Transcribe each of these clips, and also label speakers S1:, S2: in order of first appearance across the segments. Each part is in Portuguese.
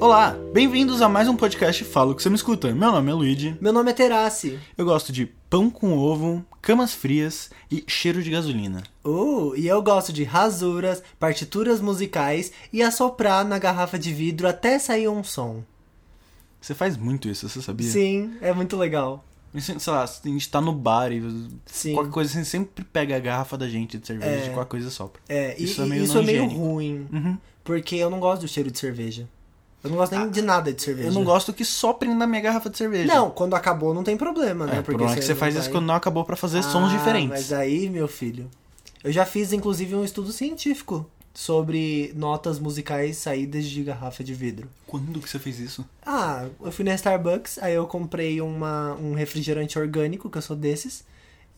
S1: Olá, bem-vindos a mais um podcast Falo Que Você Me Escuta. Meu nome é Luigi,
S2: Meu nome é Terassi.
S1: eu gosto de pão com ovo, camas frias e cheiro de gasolina.
S2: Uh, e eu gosto de rasuras, partituras musicais e assoprar na garrafa de vidro até sair um som.
S1: Você faz muito isso, você sabia?
S2: Sim, é muito legal.
S1: Isso, Sei lá, a gente tá no bar e
S2: Sim.
S1: qualquer coisa, você sempre pega a garrafa da gente de cerveja, de qualquer coisa sopra.
S2: É, e- e
S1: Isso
S2: isso
S1: é
S2: é
S1: meio
S2: meio,
S1: não higiênico.
S2: ruim,
S1: Uhum.
S2: porque eu não gosto do cheiro de cerveja. Eu não gosto nem de nada de cerveja.
S1: Ah, Eu não gosto que soprem na minha garrafa de cerveja.
S2: Não, quando acabou não tem problema, né?
S1: É, o problema é que você faz
S2: não
S1: isso
S2: vai-
S1: quando não acabou pra fazer sons
S2: Ah,
S1: diferentes.
S2: Mas aí, meu filho, eu já fiz inclusive um estudo científico sobre notas musicais saídas de garrafa de vidro.
S1: Quando que você fez isso?
S2: Ah, eu fui na Starbucks, aí eu comprei uma, um refrigerante orgânico, que eu sou desses.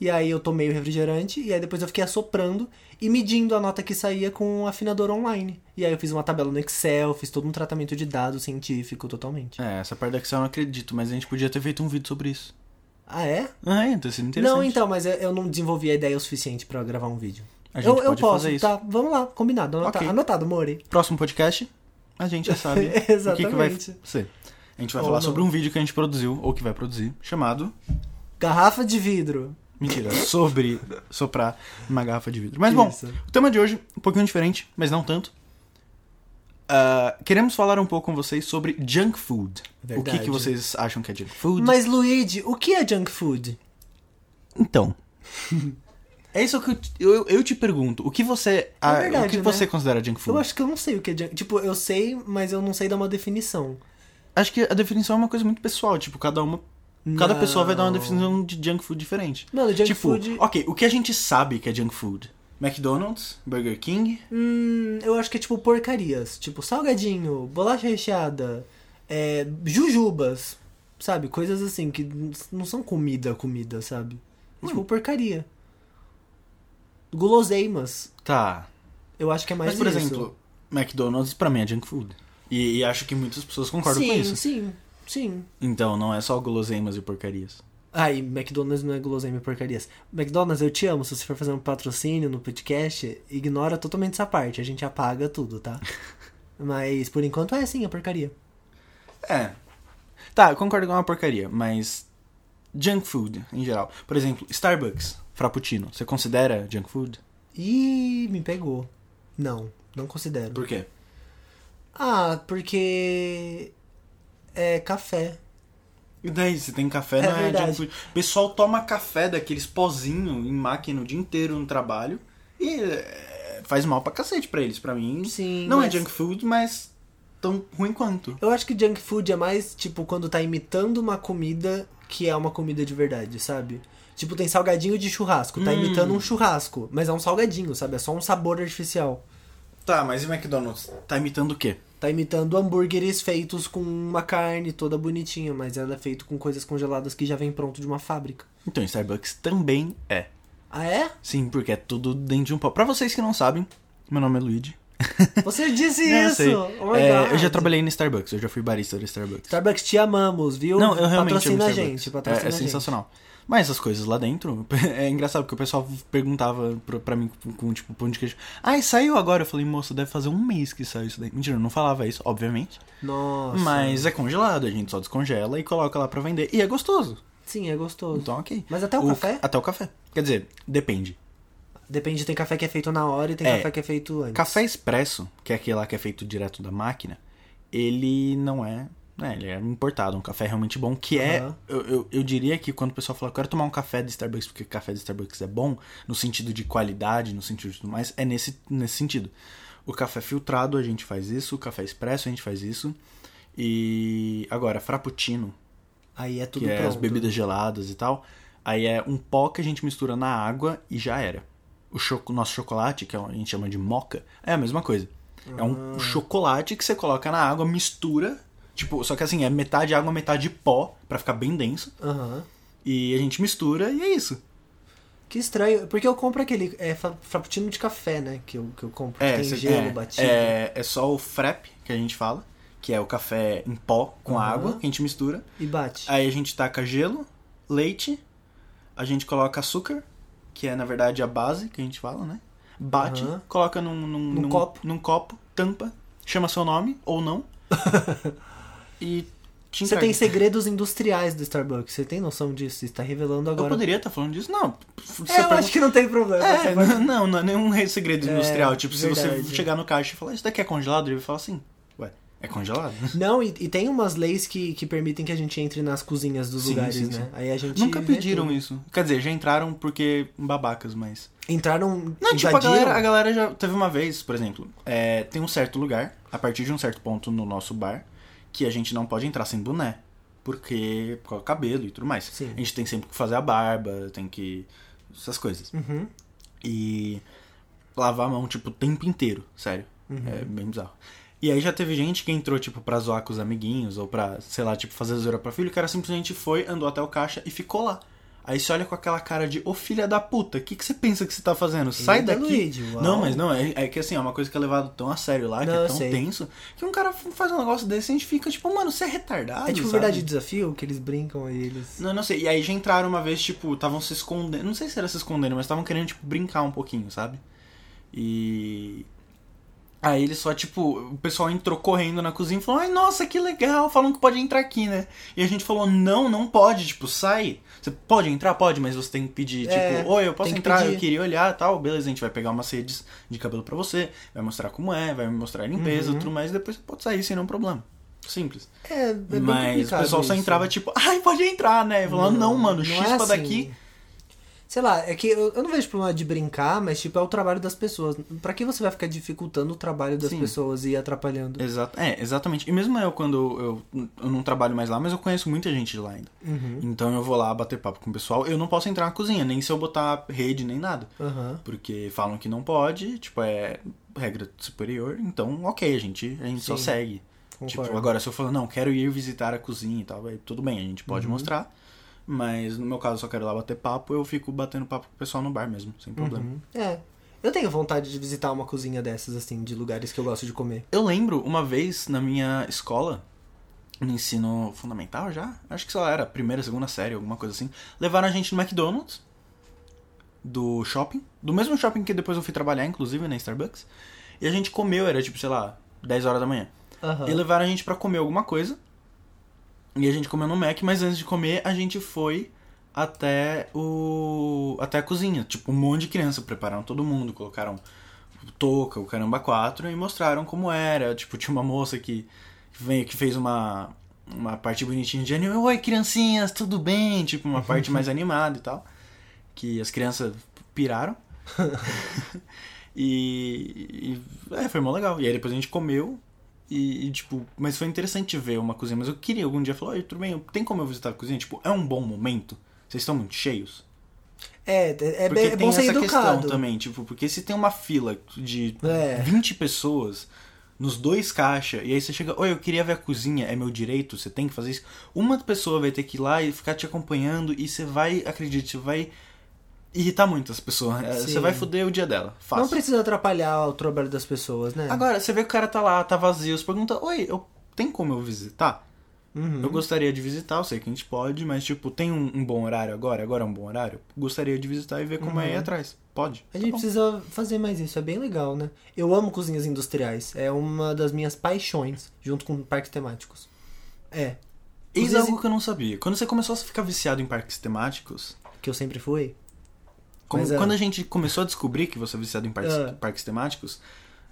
S2: E aí eu tomei o refrigerante, e aí depois eu fiquei assoprando e medindo a nota que saía com um afinador online. E aí eu fiz uma tabela no Excel, fiz todo um tratamento de dados científico totalmente.
S1: É, essa parte da Excel eu não acredito, mas a gente podia ter feito um vídeo sobre isso.
S2: Ah, é?
S1: Ah, é, então seria interessante.
S2: Não, então, mas eu, eu não desenvolvi a ideia o suficiente pra eu gravar um vídeo.
S1: A gente
S2: eu, eu
S1: pode
S2: posso,
S1: fazer isso.
S2: tá? Vamos lá, combinado. Anota,
S1: Ok.
S2: Anotado, More.
S1: Próximo podcast, a gente já sabe o que, que vai
S2: Exatamente.
S1: ser. A gente vai
S2: Ou
S1: falar
S2: não.
S1: sobre um vídeo que a gente produziu, ou que vai produzir, chamado.
S2: Garrafa de vidro.
S1: Mentira, sobre soprar uma garrafa de vidro. Mas bom,
S2: Isso.
S1: o tema de hoje, um pouquinho diferente, mas não tanto. Ah, queremos falar um pouco com vocês sobre junk food. O que, que
S2: Verdade.
S1: vocês acham que é junk food?
S2: Mas, Luigi, o que é junk food?
S1: Então. é isso que eu, te- eu, eu te pergunto. O que você. ah, o
S2: verdade,
S1: que
S2: né?
S1: você considera junk food?
S2: Eu acho que eu não sei o que é junk. Tipo, eu sei, mas eu não sei dar uma definição.
S1: Acho que a definição é uma coisa muito pessoal, tipo, cada uma. Cada
S2: Não.
S1: pessoa vai dar uma definição de junk food diferente.
S2: Mano, junk
S1: tipo,
S2: food.
S1: ok, o que a gente sabe que é junk food? McDonald's, Burger King,
S2: Hum, eu acho que é tipo porcarias. Tipo, salgadinho, bolacha recheada, é, jujubas. Sabe? Coisas assim que n- não são comida, comida, sabe? É tipo porcaria. Guloseimas.
S1: tá.
S2: Eu acho que é mais
S1: Mas, por
S2: isso.
S1: exemplo, McDonald's pra mim é junk food. E, e acho que muitas pessoas concordam
S2: sim,
S1: com isso.
S2: sim, sim.
S1: Então, não é só guloseimas e porcarias.
S2: Ai, McDonald's não é guloseima e porcarias. McDonald's, eu te amo. Se você for fazer um patrocínio no podcast, ignora totalmente essa parte. A gente apaga tudo, tá? Mas por enquanto é sim, é porcaria.
S1: É. Tá, eu concordo que é uma porcaria, mas. Junk food, em geral. Por exemplo, Starbucks, Frappuccino, você considera junk food?
S2: Ih, me pegou. Não, não considero.
S1: Por quê?
S2: Ah, porque. É café.
S1: E daí, se tem café,
S2: É
S1: não é junk
S2: verdade.
S1: food. O pessoal toma café daqueles pozinhos em máquina o dia inteiro no trabalho e é, faz mal pra cacete pra eles. Pra mim,
S2: Sim,
S1: não
S2: mas-
S1: é junk food, mas tão ruim quanto.
S2: Eu acho que junk food é mais tipo quando tá imitando uma comida que é uma comida de verdade, sabe? Tipo, tem salgadinho de churrasco, tá
S1: Hum.
S2: imitando um churrasco, mas é um salgadinho, sabe? É só um sabor artificial.
S1: Tá, mas e McDonald's? Tá imitando o quê?
S2: Tá imitando hambúrgueres feitos com uma carne toda bonitinha, mas ela é feito com coisas congeladas que já vem pronto de uma fábrica.
S1: Então, Starbucks também é.
S2: Ah, é?
S1: Sim, porque é tudo dentro de um pau. Pra vocês que não sabem, meu nome é Luigi.
S2: Você disse
S1: É, eu
S2: isso!
S1: sei.
S2: Oh my
S1: É, eu
S2: God.
S1: já trabalhei no Starbucks, eu já fui barista do Starbucks.
S2: Starbucks, te amamos, viu?
S1: Não, eu realmente
S2: Patrocina
S1: amo
S2: a
S1: Starbucks.
S2: gente, patrocina
S1: é, é
S2: a gente.
S1: sensacional. Mas essas coisas lá dentro, é engraçado, porque o pessoal perguntava pra, pra mim com, com, tipo pão de queijo. Ai, saiu agora. Eu falei, moço, deve fazer um mês que saiu isso daí. Mentira, eu não falava isso, obviamente.
S2: Nossa.
S1: Mas é congelado, a gente só descongela e coloca lá pra vender. E é gostoso.
S2: Sim, é gostoso.
S1: Então, ok.
S2: Mas até o café?
S1: Até o café. Quer dizer, depende.
S2: Depende, tem café que é feito na hora e tem
S1: É.
S2: café que é feito antes.
S1: Café expresso, que é aquele lá que é feito direto da máquina, ele não é. né, ele é importado, um café realmente bom, que é.
S2: Aham.
S1: Eu, eu, eu diria que quando o pessoal fala, eu quero tomar um café de Starbucks, porque café de Starbucks é bom, no sentido de qualidade, no sentido de tudo mais, é nesse, nesse sentido. O café filtrado a gente faz isso, o café expresso a gente faz isso. E agora, frappuccino,
S2: Aí é tudo
S1: que é
S2: pronto.
S1: as bebidas geladas e tal. Aí é um pó que a gente mistura na água e já era. O cho- nosso chocolate, que é o- a gente chama de moca, é a mesma coisa. É
S2: Ah.
S1: um chocolate que você coloca na água, mistura, tipo, só que assim, é metade água, metade pó, pra ficar bem denso,
S2: Aham.
S1: e a gente mistura e é isso.
S2: Que estranho, porque eu compro aquele é, fra- frappuccino de café, né? Que eu, que eu compro, que tem
S1: cê-
S2: gelo
S1: é,
S2: batido.
S1: É, é só o frap que a gente fala, que é o café em pó com
S2: Aham.
S1: água que a gente mistura.
S2: E bate.
S1: Aí a gente taca gelo, leite, a gente coloca açúcar, que é na verdade a base que a gente fala, né? Bate,
S2: Aham.
S1: coloca num, num,
S2: Num copo.
S1: num copo, tampa, chama seu nome ou não. E te
S2: Você
S1: entrega.
S2: tem segredos industriais do Starbucks, você tem noção disso? Você está revelando
S1: Eu
S2: agora.
S1: poderia estar falando disso? Não. Você
S2: É, eu
S1: pergunta-
S2: acho que não tem problema.
S1: É,
S2: você pode-
S1: não, não é nenhum segredo
S2: É,
S1: industrial. Tipo, se você
S2: verdade.
S1: chegar no caixa e falar, isso daqui é congelado, ele vai falar assim, ué, é congelado?
S2: Não, e, e tem umas leis que, que permitem que a gente entre nas cozinhas dos
S1: Sim,
S2: lugares,
S1: sim,
S2: né? Aí a gente.
S1: Nunca
S2: vê
S1: pediram
S2: tudo.
S1: isso. Quer dizer, já entraram porque babacas, mas.
S2: Entraram.
S1: Não, tipo, a
S2: invadiram?
S1: galera, a galera já teve uma vez, por exemplo, é, tem um certo lugar, a partir de um certo ponto no nosso bar, que a gente não pode entrar sem boné. Porque por causa do cabelo e tudo mais.
S2: Sim.
S1: A gente tem sempre que fazer a barba, tem que. essas coisas.
S2: Uhum.
S1: E lavar a mão, tipo, o tempo inteiro, sério.
S2: Uhum.
S1: É bem bizarro. E aí já teve gente que entrou, tipo, pra zoar com os amiguinhos, ou pra, sei lá, tipo, fazer zoeira pra filho, o cara simplesmente foi, andou até o caixa e ficou lá. Aí você olha com aquela cara de, ô filha da puta, o que, que você pensa que você tá fazendo? Sai
S2: Eita,
S1: daqui.
S2: Luigi, uau.
S1: Não, mas não, é, é que assim, é uma coisa que é levado tão a sério lá, que
S2: Não,
S1: é
S2: eu
S1: tão
S2: sei.
S1: tenso, que um cara faz um negócio desse e a gente fica, tipo, mano, você é retardado.
S2: É tipo
S1: sabe?
S2: verdade de desafio, que eles brincam e eles.
S1: Não, não sei. E aí já entraram uma vez, tipo, estavam se escondendo. Não sei se era se escondendo, mas estavam querendo, tipo, brincar um pouquinho, sabe? E. Aí eles só, tipo, o pessoal entrou correndo na cozinha e falou: ai, nossa, que legal, falam que pode entrar aqui, né? E a gente falou: não, não pode, tipo, sai. Você pode entrar? Pode, mas você tem que pedir,
S2: É,
S1: tipo, oi, eu posso
S2: tem que
S1: entrar, eu
S2: pedir.
S1: queria olhar tal. Beleza, a gente vai pegar umas redes de cabelo pra você, vai mostrar como é, vai mostrar a limpeza e
S2: Uhum.
S1: tudo mais, e depois você pode sair sem nenhum problema. Simples.
S2: É, é bem
S1: Mas o
S2: complicado
S1: pessoal só
S2: isso.
S1: entrava tipo, ai, pode entrar, né? Falando, não, mano,
S2: não
S1: chispa
S2: é assim.
S1: daqui.
S2: Sei lá, é que eu, eu não vejo problema de brincar, mas tipo, é o trabalho das pessoas. Pra que você vai ficar dificultando o trabalho das
S1: Sim.
S2: pessoas e atrapalhando?
S1: Exato, é, exatamente. E mesmo eu, quando eu, eu, não trabalho mais lá, mas eu conheço muita gente de lá ainda.
S2: Uhum.
S1: Então eu vou lá bater papo com o pessoal. Eu não posso entrar na cozinha, nem se eu botar rede, nem nada.
S2: Aham.
S1: Porque falam que não pode, tipo, é regra superior. Então, ok, a gente, a gente só
S2: Sim.
S1: segue. Tipo,
S2: Concordo.
S1: agora se eu falar, não, quero ir visitar a cozinha e tal, aí tudo bem, a gente pode
S2: Uhum.
S1: mostrar. Mas no meu caso, eu só quero ir lá bater papo, eu fico batendo papo com o pessoal no bar mesmo, sem problema.
S2: Uhum. É. Eu tenho vontade de visitar uma cozinha dessas, assim, de lugares que eu gosto de comer.
S1: Eu lembro uma vez na minha escola, no ensino fundamental já, acho que sei lá, era primeira, segunda série, alguma coisa assim, levaram a gente no McDonald's do shopping, do mesmo shopping que depois eu fui trabalhar, inclusive, na Starbucks, e a gente comeu, era tipo, sei lá, 10 horas da manhã.
S2: Aham.
S1: E levaram a gente pra comer alguma coisa, e a gente comeu no Mac, mas antes de comer, a gente foi até o até a cozinha, tipo, um monte de criança prepararam todo mundo, colocaram touca, o caramba 4 e mostraram como era. Tipo, tinha uma moça que veio que fez uma uma parte bonitinha de anime, oi criancinhas, tudo bem? Tipo, uma parte mais animada e tal, que as crianças piraram. e, e- é, foi mó legal. E aí depois a gente comeu e, e, tipo, mas foi interessante ver uma cozinha, mas eu queria algum dia falar, oi, tudo bem, tem como eu visitar a cozinha? Tipo, é um bom momento. Vocês estão muito cheios.
S2: É, é, é,
S1: Porque
S2: bem- é
S1: tem
S2: bom ser
S1: essa
S2: educado.
S1: questão também, tipo, porque se tem uma fila de
S2: É.
S1: 20 pessoas nos dois caixas, e aí você chega, oi, eu queria ver a cozinha, é meu direito, você tem que fazer isso. Uma pessoa vai ter que ir lá e ficar te acompanhando, e você vai, acredite, você vai irritar muito as pessoas. É, Você
S2: Sim.
S1: vai foder o dia dela. Fácil.
S2: Não precisa atrapalhar o trabalho das pessoas, né?
S1: Agora, você vê que o cara tá lá, tá vazio, você pergunta, oi, eu tem como eu visitar?
S2: Uhum.
S1: Eu gostaria de visitar, eu sei que a gente pode, mas tipo, tem um, um bom horário agora? Agora é um bom horário? Gostaria de visitar e ver como é aí atrás. Pode.
S2: Uhum. A
S1: Tá
S2: gente
S1: bom.
S2: precisa fazer mais isso, é bem legal, né? Eu amo cozinhas industriais, é uma das minhas paixões, junto com parques temáticos. É,
S1: Eis
S2: Inclusive-
S1: algo que eu não sabia. Quando você começou a ficar viciado em parques temáticos,
S2: que eu sempre fui.
S1: como-
S2: Mas é.
S1: quando a gente começou a descobrir que você é viciado em parques,
S2: É.
S1: parques temáticos,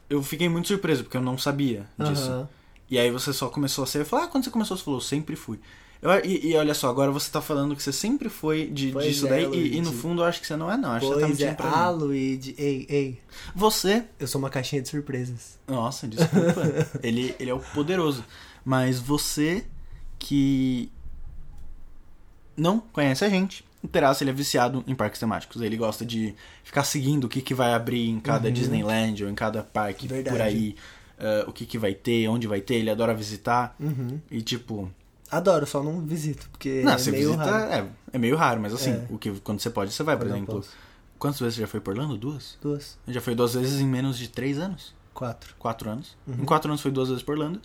S1: eu fiquei muito surpreso, porque eu não sabia disso.
S2: Aham.
S1: E aí você só começou a ser. Eu falei, ah, quando você começou, você falou, eu sempre fui. Eu- e, e olha só, agora você tá falando que você sempre foi de,
S2: Pois
S1: disso
S2: é,
S1: daí, e- e, no
S2: Luigi.
S1: fundo eu acho que você não é, não. Acho que você tá
S2: Pois
S1: mentindo
S2: é,
S1: pra
S2: ah,
S1: mim.
S2: Luigi, ei, ei,
S1: Você.
S2: eu sou uma caixinha de surpresas.
S1: Nossa, desculpa. ele, ele é o poderoso. Mas você que não conhece a gente, terá se ele é viciado em parques temáticos. Ele gosta de ficar seguindo o que, que vai abrir em cada Disneyland ou em cada parque
S2: Uhum. Verdade.
S1: por aí. eh, o que, que vai ter, onde vai ter, ele adora visitar.
S2: Uhum.
S1: E tipo.
S2: Adoro, só não visito, porque
S1: não,
S2: é
S1: você
S2: meio
S1: visita.
S2: raro.
S1: É, é meio raro, mas assim,
S2: É.
S1: o que, quando você pode, você vai, por
S2: Eu não
S1: exemplo.
S2: posso.
S1: Quantas vezes você já foi por Orlando? Duas?
S2: Duas,
S1: Já foi duas vezes em menos de três anos?
S2: quatro. Uhum.
S1: quatro anos. Em quatro anos foi duas vezes por Orlando.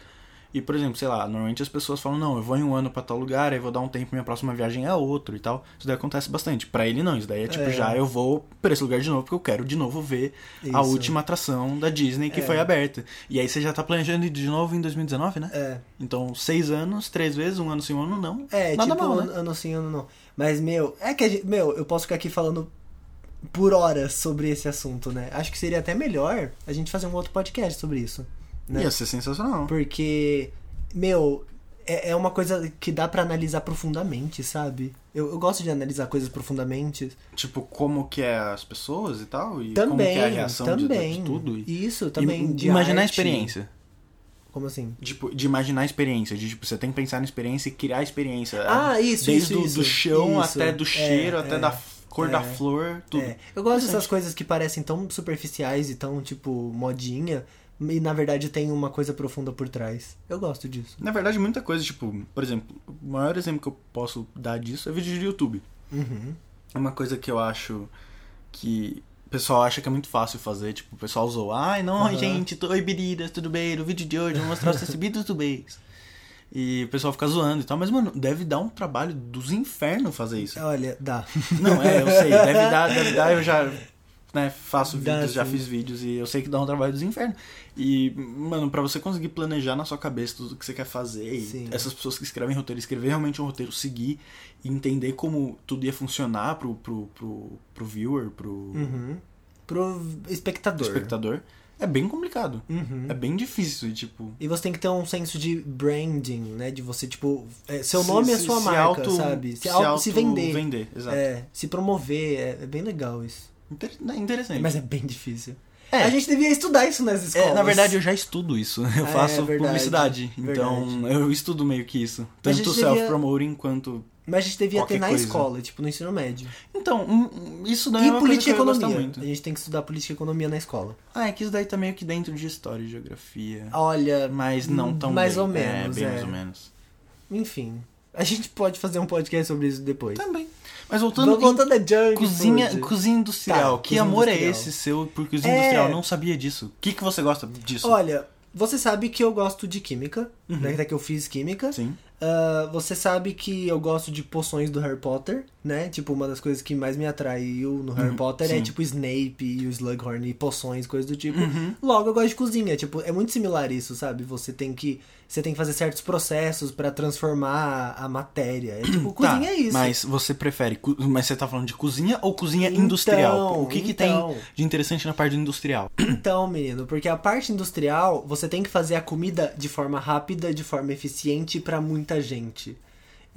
S1: E, por exemplo, sei lá, normalmente as pessoas falam, não, eu vou em um ano pra tal lugar, aí vou dar um tempo, minha próxima viagem é outro e tal. Isso daí acontece bastante. Pra ele não, isso daí é tipo,
S2: É.
S1: já eu vou pra esse lugar de novo, porque eu quero de novo ver a
S2: Isso. É.
S1: última atração da Disney que foi aberta. E aí você já tá planejando ir de novo em 2019, né?
S2: É.
S1: Então, seis anos, três vezes, um ano sim, um ano não.
S2: É,
S1: Nada
S2: tipo,
S1: mal, né?
S2: ano, ano sim, ano não. Mas, meu, é que a gente, Meu, eu posso ficar aqui falando por horas sobre esse assunto, né? Acho que seria até melhor a gente fazer um outro podcast sobre isso. Né?
S1: Ia ser sensacional.
S2: Porque, meu, é, é uma coisa que dá pra analisar profundamente, sabe? Eu, eu gosto de analisar coisas profundamente.
S1: Tipo, como que é as pessoas e tal, e como
S2: Também,
S1: que é a reação de-
S2: também.
S1: De, tudo. E,
S2: Isso, também.
S1: e
S2: de
S1: imaginar a
S2: arte.
S1: experiência.
S2: Como assim?
S1: Tipo, de imaginar a experiência. De, tipo, você tem que pensar na experiência e criar a experiência.
S2: Ah, isso,
S1: Desde
S2: isso,
S1: do,
S2: isso,
S1: do chão
S2: isso.
S1: até do
S2: É,
S1: cheiro, até
S2: é,
S1: da f- cor da
S2: é,
S1: flor, tudo.
S2: É, Eu gosto dessas coisas que parecem tão superficiais e tão, tipo, modinha, e na verdade tem uma coisa profunda por trás. Eu gosto disso.
S1: Na verdade, muita coisa, tipo, por exemplo, o maior exemplo que eu posso dar disso é vídeo de YouTube.
S2: Uhum.
S1: É uma coisa que eu acho que o pessoal acha que é muito fácil fazer, tipo, o pessoal zoa, ai, não,
S2: Aham.
S1: gente, tô, oi, meninas, tudo bem? No vídeo de hoje eu vou mostrar os recebidos do mês. E o pessoal fica zoando e tal, mas, mano, deve dar um trabalho dos infernos fazer isso.
S2: Olha, dá.
S1: Não, é, eu sei, deve dar, deve dar, eu já né, faço
S2: Dá,
S1: vídeos, já
S2: sim.
S1: fiz vídeos e eu sei que dá um trabalho dos infernos. E, mano, pra você conseguir planejar na sua cabeça tudo que você quer fazer, e
S2: Sim.
S1: essas pessoas que escrevem roteiro, escrever realmente um roteiro, seguir e entender como tudo ia funcionar pro, pro, pro, pro viewer, pro
S2: Uhum. Pro espectador.
S1: espectador, é bem complicado.
S2: Uhum.
S1: É bem difícil, e, tipo.
S2: E você tem que ter um senso de branding, né? De você, tipo, é, seu
S1: se-
S2: nome é
S1: se-
S2: sua
S1: se
S2: marca,
S1: auto-
S2: sabe? Se, auto, se vender.
S1: vender, exato.
S2: É, se promover. É, é bem legal isso.
S1: Inter- é Interessante.
S2: Mas é bem difícil.
S1: É.
S2: A gente devia estudar isso nas escolas.
S1: É, na verdade, eu já estudo isso. Eu
S2: É,
S1: faço
S2: verdade,
S1: publicidade. Então, eu estudo meio que isso.
S2: Mas a
S1: Tanto
S2: gente devia-
S1: self-promoting quanto.
S2: Mas a gente devia ter
S1: qualquer
S2: na
S1: coisa.
S2: escola, tipo, no ensino médio.
S1: Então, hum, isso daí é
S2: e
S1: uma
S2: política e
S1: coisa que eu ia gostar
S2: economia.
S1: muito.
S2: A gente tem que estudar política e economia na escola.
S1: Ah, é que isso daí tá meio que dentro de história e geografia.
S2: Olha,
S1: Mas não tão
S2: Hum, mais
S1: bem.
S2: ou menos,
S1: É, bem
S2: é.
S1: mais ou menos.
S2: enfim. A gente pode fazer um podcast sobre isso depois.
S1: Também. Mas voltando
S2: Vamos
S1: Tá em
S2: conta da junk
S1: cozinha,
S2: food.
S1: cozinha industrial.
S2: Tá,
S1: que
S2: cozinha
S1: amor é
S2: industrial.
S1: esse seu por cozinha
S2: É.
S1: industrial? Não sabia disso. O que, que você gosta disso?
S2: Olha, você sabe que eu gosto de química,
S1: Uhum.
S2: né? Até que eu fiz química.
S1: Sim.
S2: Ah, você sabe que eu gosto de poções do Harry Potter, né? Tipo, uma das coisas que mais me atraiu no Harry
S1: Uhum,
S2: Potter é
S1: sim.
S2: tipo Snape e o Slughorn e poções, coisas do tipo.
S1: Uhum.
S2: Logo, eu gosto de cozinha. Tipo, é muito similar isso, sabe? Você tem que, você tem que fazer certos processos pra transformar a matéria. É tipo,
S1: Tá,
S2: cozinha é isso.
S1: Mas você prefere. co- Mas você tá falando de cozinha ou cozinha industrial?
S2: Então,
S1: O que, que
S2: então.
S1: tem de interessante na parte do industrial?
S2: Então, menino, porque a parte industrial, você tem que fazer a comida de forma rápida, de forma eficiente pra muita gente.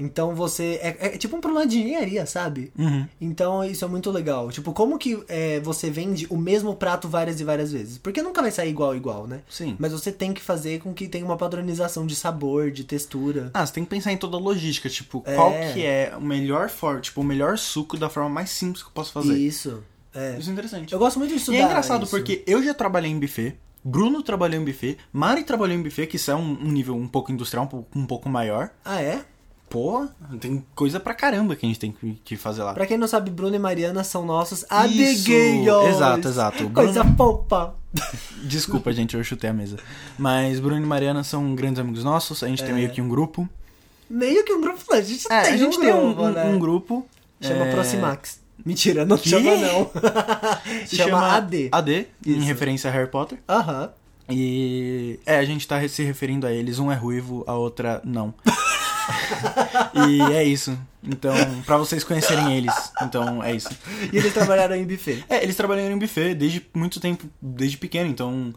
S2: Então você. É, é tipo um problema de engenharia, sabe?
S1: Uhum.
S2: Então isso é muito legal. Tipo, como que é, você vende o mesmo prato várias e várias vezes? Porque nunca vai sair igual, igual, né?
S1: Sim.
S2: Mas você tem que fazer com que tenha uma padronização de sabor, de textura.
S1: Ah, você tem que pensar em toda a logística, tipo, qual
S2: É.
S1: que é o melhor for, tipo, o melhor suco da forma mais simples que eu posso fazer.
S2: Isso. É.
S1: Isso é interessante.
S2: Eu gosto muito de estudar.
S1: e é engraçado
S2: isso.
S1: porque eu já trabalhei em buffet, Bruno trabalhou em buffet, Mari trabalhou em buffet, que isso é um, um nível um pouco industrial, um pouco, um pouco maior.
S2: Ah, é?
S1: Pô, tem coisa pra caramba que a gente tem que, que fazer lá.
S2: Pra quem não sabe, Bruno e Mariana são nossos
S1: Isso,
S2: amiguinhos.
S1: exato, exato. O
S2: Coisa poupa.
S1: Desculpa, gente, eu chutei a mesa. Mas Bruno e Mariana são grandes amigos nossos, a gente tem meio que um grupo.
S2: Meio que um grupo. A gente
S1: É,
S2: tem
S1: a gente
S2: um
S1: tem um,
S2: grupo,
S1: um-
S2: né?
S1: um grupo.
S2: Chama
S1: é,
S2: Proximax. Mentira, não chama não.
S1: Se
S2: chama
S1: chama,
S2: AD.
S1: AD, em
S2: Isso.
S1: referência a Harry Potter.
S2: Aham.
S1: E é, a gente tá se referindo a eles, um é ruivo, a outra não. e é isso. Então, pra vocês conhecerem eles. Então, é isso.
S2: E eles trabalharam em buffet.
S1: É, eles trabalharam em buffet desde muito tempo, desde pequeno, então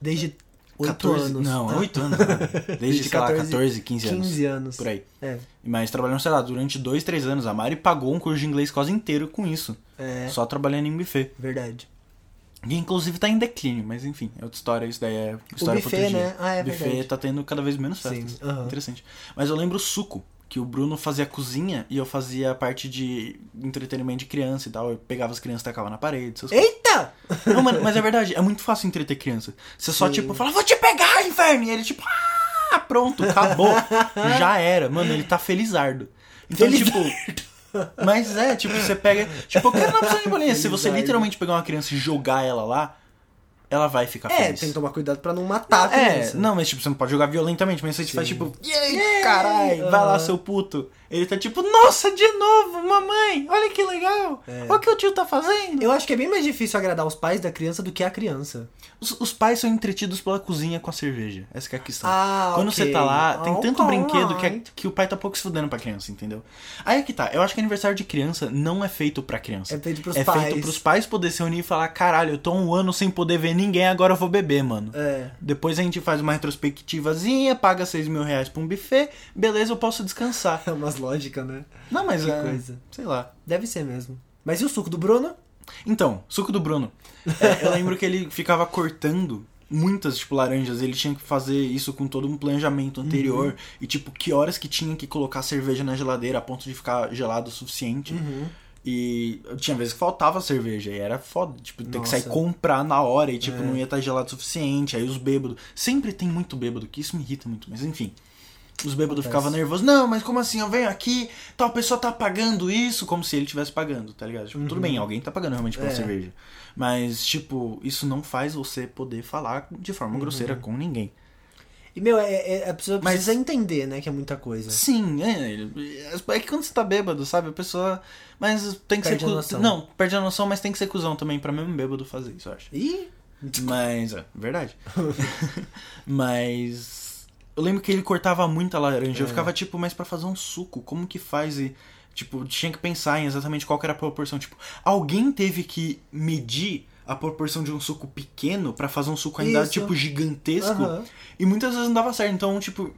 S2: Desde 8 anos.
S1: Não,
S2: Ah,
S1: 8 anos. Cara. Desde,
S2: Desde
S1: sei lá,
S2: 14,
S1: 14, 15 anos.
S2: 15 anos.
S1: Por aí.
S2: É.
S1: Mas trabalharam, sei lá, durante 2, 3 anos. A Mari pagou um curso de inglês quase inteiro com isso.
S2: É.
S1: Só trabalhando em buffet.
S2: Verdade.
S1: E inclusive tá em declínio, mas enfim, é outra história, isso daí é história pra
S2: buffet,
S1: outro dia.
S2: né? Ah, é
S1: buffet
S2: verdade.
S1: tá tendo cada vez menos festas.
S2: Sim, aham.
S1: Interessante. Mas eu lembro o suco, que o Bruno fazia cozinha e eu fazia a parte de entretenimento de criança e tal. Eu pegava as crianças e tacava na parede, essas coisas.
S2: Eita!
S1: Não, mano, mas é verdade, é muito fácil entreter criança. Você só,
S2: Sim.
S1: tipo, fala, vou te pegar, inferno! E ele, tipo, ah, pronto, acabou. Já era. Mano, ele tá felizardo. Então, tipo. Mas é, tipo, você pega. Tipo, eu quero dar uma de bolinha. Se você
S2: Felizardo.
S1: literalmente pegar uma criança e jogar ela lá, ela vai ficar
S2: É,
S1: feliz.
S2: tem que tomar um cuidado pra não matar a
S1: É,
S2: criança.
S1: não, mas tipo, você não pode jogar violentamente, mas você te faz tipo, e aí,
S2: Yay!
S1: carai, vai lá,
S2: Aham.
S1: seu puto. Ele tá tipo, nossa, de novo, mamãe, olha que legal,
S2: É.
S1: olha o que o tio tá fazendo.
S2: Eu acho que é bem mais difícil agradar os pais da criança do que a criança.
S1: Os, os pais são entretidos pela cozinha com a cerveja, essa que é a questão.
S2: Ah,
S1: Quando
S2: ok.
S1: você tá lá, tem
S2: Oh,
S1: tanto brinquedo que, a-
S2: alright.
S1: que o pai tá pouco se fudendo pra criança, entendeu? Aí é que tá, eu acho que aniversário de criança não é feito pra criança.
S2: É feito pros
S1: é
S2: pais.
S1: feito pros pais poder se unir e falar, caralho, eu tô um ano sem poder ver ninguém, agora eu vou beber, mano.
S2: É.
S1: Depois a gente faz uma retrospectivazinha, paga 6 mil reais pra um buffet, beleza, eu posso descansar.
S2: É umas lógicas, né?
S1: Não, mas é,
S2: coisa.
S1: sei lá.
S2: Deve ser mesmo. Mas e o suco do Bruno?
S1: Então, suco do Bruno. É, eu lembro que ele ficava cortando muitas, tipo, laranjas. Ele tinha que fazer isso com todo um planejamento anterior. E, tipo, que horas que tinha que colocar a cerveja na geladeira a ponto de ficar gelado o suficiente. E tinha vezes que faltava cerveja, e era foda, tipo, ter que
S2: Nossa. É.
S1: sair comprar na hora e, tipo, não ia estar gelado o suficiente, aí os bêbados. Sempre tem muito bêbado, que isso me irrita muito, mas enfim. Os bêbados ficavam nervosos, não, mas como assim? Eu venho aqui, tal pessoa tá pagando isso, como se ele estivesse pagando, tá ligado? Tipo, tudo bem, alguém tá pagando realmente pela
S2: Uhum. É.
S1: cerveja. Mas, tipo, isso não faz você poder falar de forma
S2: Uhum.
S1: grosseira com ninguém.
S2: E, meu, é, é- a pessoa
S1: Mas-
S2: precisa entender, né, que é muita coisa.
S1: Sim, é, é é que quando você tá bêbado, sabe? A pessoa. Mas tem que ser.
S2: Perde a
S1: cu-
S2: noção.
S1: Não, perde a noção, mas tem que ser cuzão também pra mesmo bêbado fazer isso, eu acho.
S2: Ih,
S1: Mas, é, verdade. mas. Eu lembro que ele cortava muita laranja. Eu
S2: É.
S1: ficava tipo, mas pra fazer um suco, como que faz? E, tipo, tinha que pensar em exatamente qual que era a proporção. Tipo, alguém teve que medir a proporção de um suco pequeno pra fazer um suco ainda,
S2: Isso.
S1: tipo, gigantesco.
S2: Aham.
S1: E muitas vezes não dava certo. Então, tipo,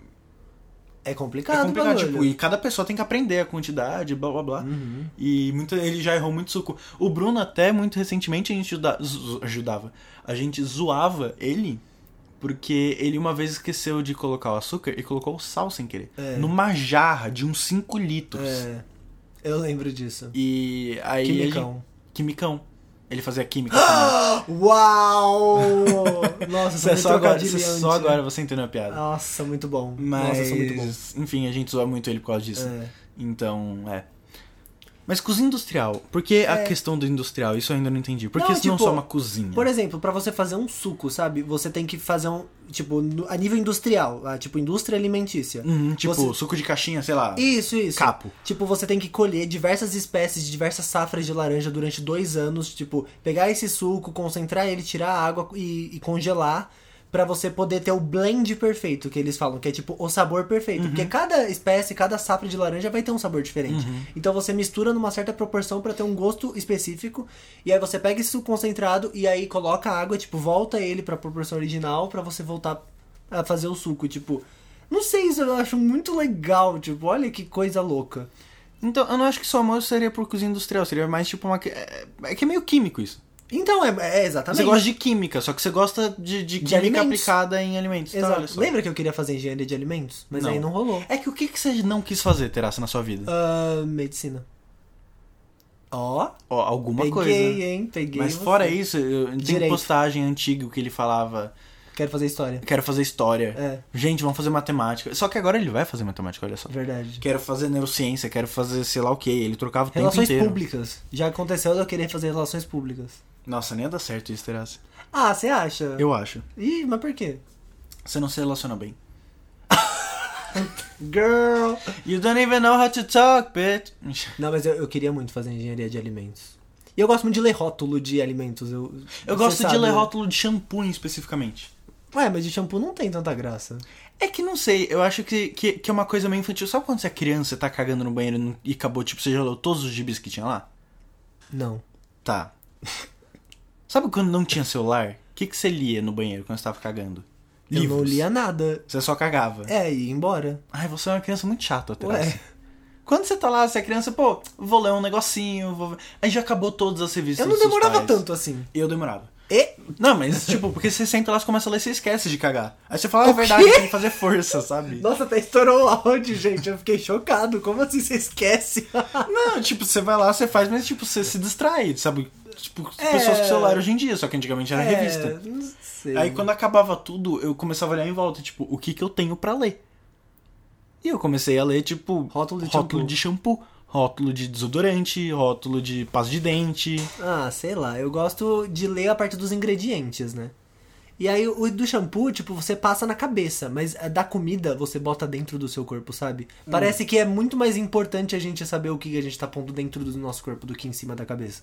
S2: é
S1: é
S2: complicado,
S1: complicado.
S2: o
S1: Tipo,
S2: bagulho.
S1: e cada pessoa tem que aprender a quantidade, blá blá blá.
S2: Uhum.
S1: E muito, ele já errou muito suco. O Bruno, até muito recentemente, a gente ajuda- zo- ajudava. A gente zoava ele porque ele uma vez esqueceu de colocar o açúcar e colocou o sal sem querer.
S2: É.
S1: Numa jarra de uns 5 litros.
S2: É, eu lembro disso. um.
S1: E aí.
S2: Que
S1: Ele,
S2: micão.
S1: quimicão. Ele fazia química. também.
S2: Uau! Nossa,
S1: Isso é
S2: muito
S1: só agora, isso é
S2: trocadilhante.
S1: só agora você entendeu a piada.
S2: né? Nossa, muito bom.
S1: Mas,
S2: Nossa, eu sou muito bom.
S1: enfim, a gente zoa muito ele por causa disso.
S2: É.
S1: Então, é. Mas cozinha industrial, por que a questão do industrial? Isso eu ainda não entendi. Por que
S2: Não,
S1: isso É. não é
S2: tipo,
S1: só uma cozinha?
S2: Por exemplo, pra você fazer um suco, sabe? Você tem que fazer um, tipo, no- a nível industrial, ah, tipo, indústria alimentícia.
S1: Uhum, tipo,
S2: Você-
S1: suco de caixinha, sei lá.
S2: Isso, isso.
S1: Capo.
S2: Tipo, você tem que colher diversas espécies de diversas safras de laranja durante dois anos. Tipo, pegar esse suco, concentrar ele, tirar a água e, e congelar. Pra você poder ter o blend perfeito, que eles falam, que é tipo o sabor perfeito. Porque cada espécie, cada safra de laranja vai ter um sabor diferente. Então você mistura numa certa proporção pra ter um gosto específico. E aí você pega esse suco concentrado e aí coloca a água, tipo, volta ele pra proporção original pra você voltar a fazer o suco. Tipo, não sei, isso eu acho muito legal. Tipo, olha que coisa louca.
S1: Então, eu não acho que só almoço seria por cozinha industrial, seria mais tipo uma. que- É, é que é meio químico isso.
S2: Então, é, é exatamente.
S1: Você gosta de química, só que você gosta de, de química
S2: alimentos.
S1: aplicada em alimentos. Então, olha
S2: Exato.
S1: só.
S2: Lembra que eu queria fazer engenharia de alimentos? Mas
S1: Não.
S2: aí não rolou.
S1: É que o que, que você não quis fazer, Terassa, na sua vida?
S2: Ah, medicina. Ó,
S1: Ó, alguma
S2: peguei,
S1: coisa. né?
S2: hein? Peguei.
S1: Mas
S2: você.
S1: fora isso, eu, tem
S2: Direito.
S1: postagem antiga que ele falava:
S2: Quero fazer história.
S1: quero fazer história.
S2: É,
S1: Gente, vamos fazer matemática. Só que agora ele vai fazer matemática, olha só.
S2: verdade.
S1: Quero fazer neurociência, quero fazer sei lá o que. Ele trocava o tempo
S2: Relações
S1: inteiro.
S2: públicas. Já aconteceu de eu querer fazer relações públicas.
S1: Nossa, nem ia dar certo isso, Terassa.
S2: Ah, você acha?
S1: Eu acho.
S2: Ih, mas por quê?
S1: Você não se relaciona bem.
S2: Girl!
S1: You don't even know how to talk, bitch.
S2: Não, mas eu, eu queria muito fazer engenharia de alimentos. E eu gosto muito de ler rótulo de alimentos. Eu,
S1: Eu
S2: você
S1: gosto de
S2: sabe,
S1: ler
S2: né?
S1: rótulo de shampoo especificamente.
S2: Ué, mas de shampoo não tem tanta graça.
S1: É que não sei, eu acho que, que, que é uma coisa meio infantil. Sabe quando você é criança, você tá cagando no banheiro e não- e acabou, tipo, você já leu todos os gibis que tinha lá?
S2: Não.
S1: Tá. Sabe quando não tinha celular? O que, que você lia no banheiro quando você tava cagando?
S2: Eu não lia nada.
S1: Você só cagava.
S2: É, e ia embora.
S1: Ai, você é uma criança muito chata, até.
S2: Ué.
S1: Quando você tá lá, você é criança, pô, vou ler um negocinho, vou... ver- aí já acabou todas as revistas
S2: Eu não
S1: dos seus
S2: demorava
S1: pais.
S2: tanto assim.
S1: Eu demorava.
S2: E?
S1: Não, mas tipo, porque você senta lá, você começa a ler, você esquece de cagar. Aí você fala, ah, é
S2: O
S1: verdade,
S2: quê?
S1: tem que fazer força, sabe?
S2: Nossa, até estourou o áudio, gente. Eu fiquei chocado. Como assim você esquece?
S1: Não, tipo, você vai lá, você faz, mas tipo, você se distrai, sabe? Tipo,
S2: É.
S1: pessoas com celular hoje em dia, só que antigamente era É revista.
S2: Não sei.
S1: Aí quando acabava tudo, eu começava a olhar em volta, tipo, o que que eu tenho pra ler? E eu comecei a ler, tipo,
S2: Rótulo de
S1: rótulo
S2: shampoo.
S1: de shampoo, rótulo de desodorante, rótulo de pasta de dente.
S2: Ah, sei lá. Eu gosto de ler a parte dos ingredientes, né? E aí o do shampoo, tipo, você passa na cabeça, mas a da comida você bota dentro do seu corpo, sabe?
S1: Hum.
S2: Parece que é muito mais importante a gente saber o que a gente tá pondo dentro do nosso corpo do que em cima da cabeça.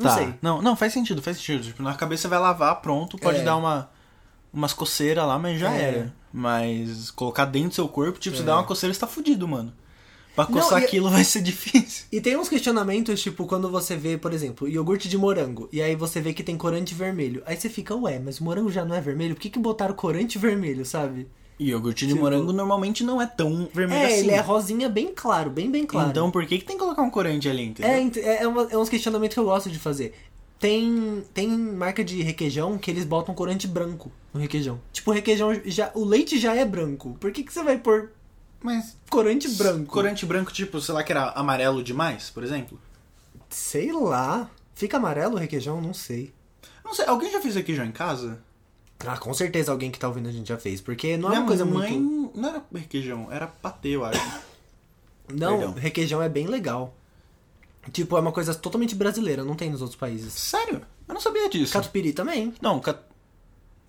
S2: Não
S1: Tá.
S2: sei.
S1: Não, não, faz sentido, faz sentido. Tipo, na cabeça vai lavar, pronto, pode
S2: É.
S1: dar uma, umas coceiras lá, mas já
S2: É.
S1: era. Mas colocar dentro do seu corpo, tipo, se
S2: É.
S1: dá uma coceira, você tá fudido, mano. Pra
S2: Não,
S1: coçar
S2: e- é-
S1: aquilo vai ser difícil.
S2: E tem uns questionamentos, tipo, quando você vê, por exemplo, iogurte de morango, e aí você vê que tem corante vermelho. Aí você fica, ué, mas o morango já não é vermelho? Por que, que botaram corante vermelho, sabe?
S1: E iogurte de
S2: Tipo-
S1: morango normalmente não é tão vermelho
S2: é,
S1: assim.
S2: ele é rosinha bem claro, bem, bem claro.
S1: Então por que, que tem que colocar um corante ali, entendeu?
S2: É, ent- é, é, uma- é uns questionamentos que eu gosto de fazer. Tem, tem marca de requeijão que eles botam corante branco no requeijão. Tipo, o requeijão já. O leite já é branco. Por que, que você vai pôr
S1: Mas
S2: corante branco?
S1: corante branco, tipo, sei lá, que era amarelo demais, por exemplo?
S2: Sei lá. Fica amarelo o requeijão? Não sei.
S1: Não sei, alguém já fez aqui já em casa?
S2: Ah, com certeza alguém que tá ouvindo a gente já fez, porque não é
S1: Minha
S2: uma coisa
S1: mãe
S2: muito.
S1: não era requeijão, era patê, eu acho.
S2: Não,
S1: Perdão.
S2: requeijão é bem legal. Tipo, é uma coisa totalmente brasileira, não tem nos outros países.
S1: Sério? Eu não sabia disso.
S2: Catupiry também.
S1: Não, cat...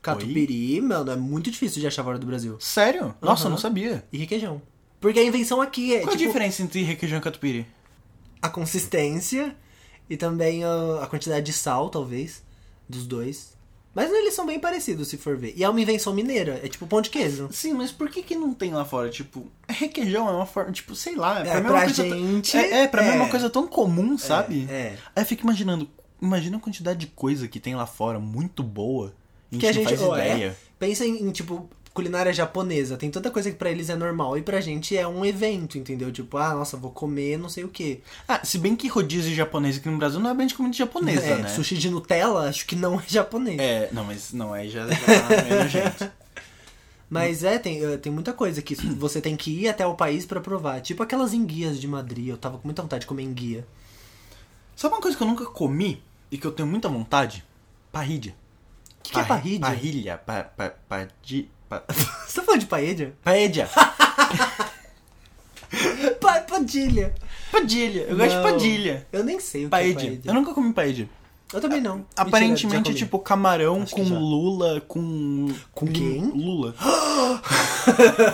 S2: Catupiry, mano, é muito difícil de achar fora do Brasil.
S1: Sério? Nossa, eu
S2: Aham.
S1: não sabia.
S2: E requeijão. Porque a invenção aqui é
S1: Qual a
S2: tipo,
S1: diferença entre requeijão e catupiry?
S2: a consistência e também a, a quantidade de sal, talvez, dos dois. Mas eles são bem parecidos, se for ver. E é uma invenção mineira, é tipo pão de queijo.
S1: Sim, mas por que que não tem lá fora? Tipo, requeijão é uma forma, tipo, sei lá.
S2: É,
S1: mim
S2: pra
S1: uma coisa tão-
S2: gente,
S1: É, é, pra mim é
S2: é.
S1: uma coisa tão comum, sabe?
S2: É.
S1: Aí eu fico imaginando, imagina a quantidade de coisa que tem lá fora, muito boa. e
S2: Que a gente
S1: não faz
S2: ou é,
S1: ideia.
S2: Pensa em, em, tipo, culinária japonesa. Tem tanta coisa que pra eles é normal e pra gente é um evento, entendeu? Tipo, ah, nossa, vou comer não sei o quê.
S1: Ah, se bem que rodízio japonês aqui no Brasil não é bem de comida japonesa,
S2: é,
S1: né?
S2: Sushi de Nutella, acho que não é japonês.
S1: É, não, mas não, aí já, já tá meio nojento.
S2: Mas é, tem, eh, tem muita coisa que isso- você tem que ir até o país pra provar. Tipo aquelas enguias de Madrid. Eu tava com muita vontade de comer enguia.
S1: Sabe uma coisa que eu nunca comi e que eu tenho muita vontade? Parrídia.
S2: O que, que é parrídia?
S1: Parrilha. Pa, pa, pa, di- pa-
S2: Você tá falando de paella?
S1: Paedia.
S2: Pa padilha.
S1: Padilha. Eu gosto de
S2: Não.
S1: padilha.
S2: Eu nem sei o que é
S1: Paedia.
S2: paella.
S1: Eu nunca comi paedia.
S2: Eu também não. Mentira, já
S1: Aparentemente,
S2: comi.
S1: tipo, camarão
S2: Acho que
S1: com
S2: já.
S1: lula, com...
S2: Com quem?
S1: Lula.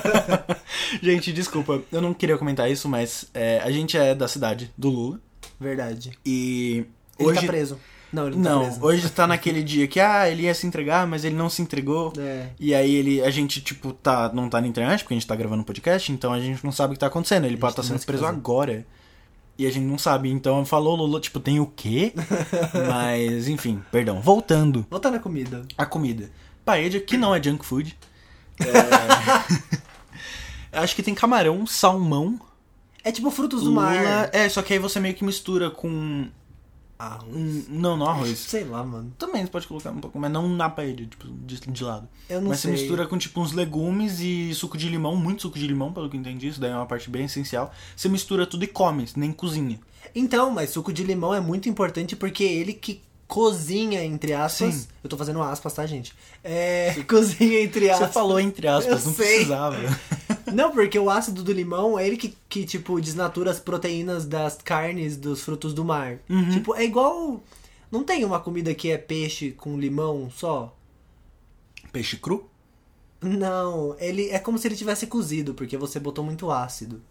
S1: gente, desculpa. Eu não queria comentar isso, mas é, a gente é da cidade do Lula.
S2: Verdade.
S1: E...
S2: Ele
S1: hoje...
S2: tá preso. Não, ele não,
S1: Não,
S2: tá preso.
S1: hoje tá naquele dia que, ah, ele ia se entregar, mas ele não se entregou.
S2: É.
S1: E aí ele, a gente, tipo, tá, não tá na internet, porque a gente tá gravando podcast, então a gente não sabe o que tá acontecendo. Ele pode
S2: tem
S1: estar sendo
S2: mais que
S1: preso
S2: fazer.
S1: agora. E a gente não sabe. Então falou Lula, tipo, tem o quê? Mas, enfim, perdão. Voltando
S2: Voltar na comida.
S1: à comida. Paella, que não é junk food. É... Acho que tem camarão, salmão,
S2: É tipo frutos do
S1: lula.
S2: mar.
S1: É, só que aí você meio que mistura com.
S2: Arroz.
S1: um- Não, não arroz.
S2: Sei lá, mano.
S1: Também você pode colocar um pouco, mas não na paella, tipo, de, de lado.
S2: Eu não
S1: Mas
S2: sei.
S1: você mistura com tipo uns legumes e suco de limão, muito suco de limão, pelo que eu entendi, isso daí é uma parte bem essencial. Você mistura tudo e come, nem cozinha.
S2: Então, mas suco de limão é muito importante porque é ele que cozinha, entre aspas.
S1: Sim.
S2: Eu tô fazendo aspas, tá, gente? É. Cozinha, entre
S1: Você
S2: aspas.
S1: falou entre aspas,
S2: eu
S1: não
S2: sei.
S1: precisava.
S2: Não, porque o ácido do limão é ele que, que tipo, desnatura as proteínas das carnes dos frutos do mar.
S1: Uhum.
S2: Tipo, é igual. Não tem uma comida que é peixe com limão só?
S1: Peixe cru?
S2: Não, ele é como se ele tivesse cozido, porque você botou muito ácido.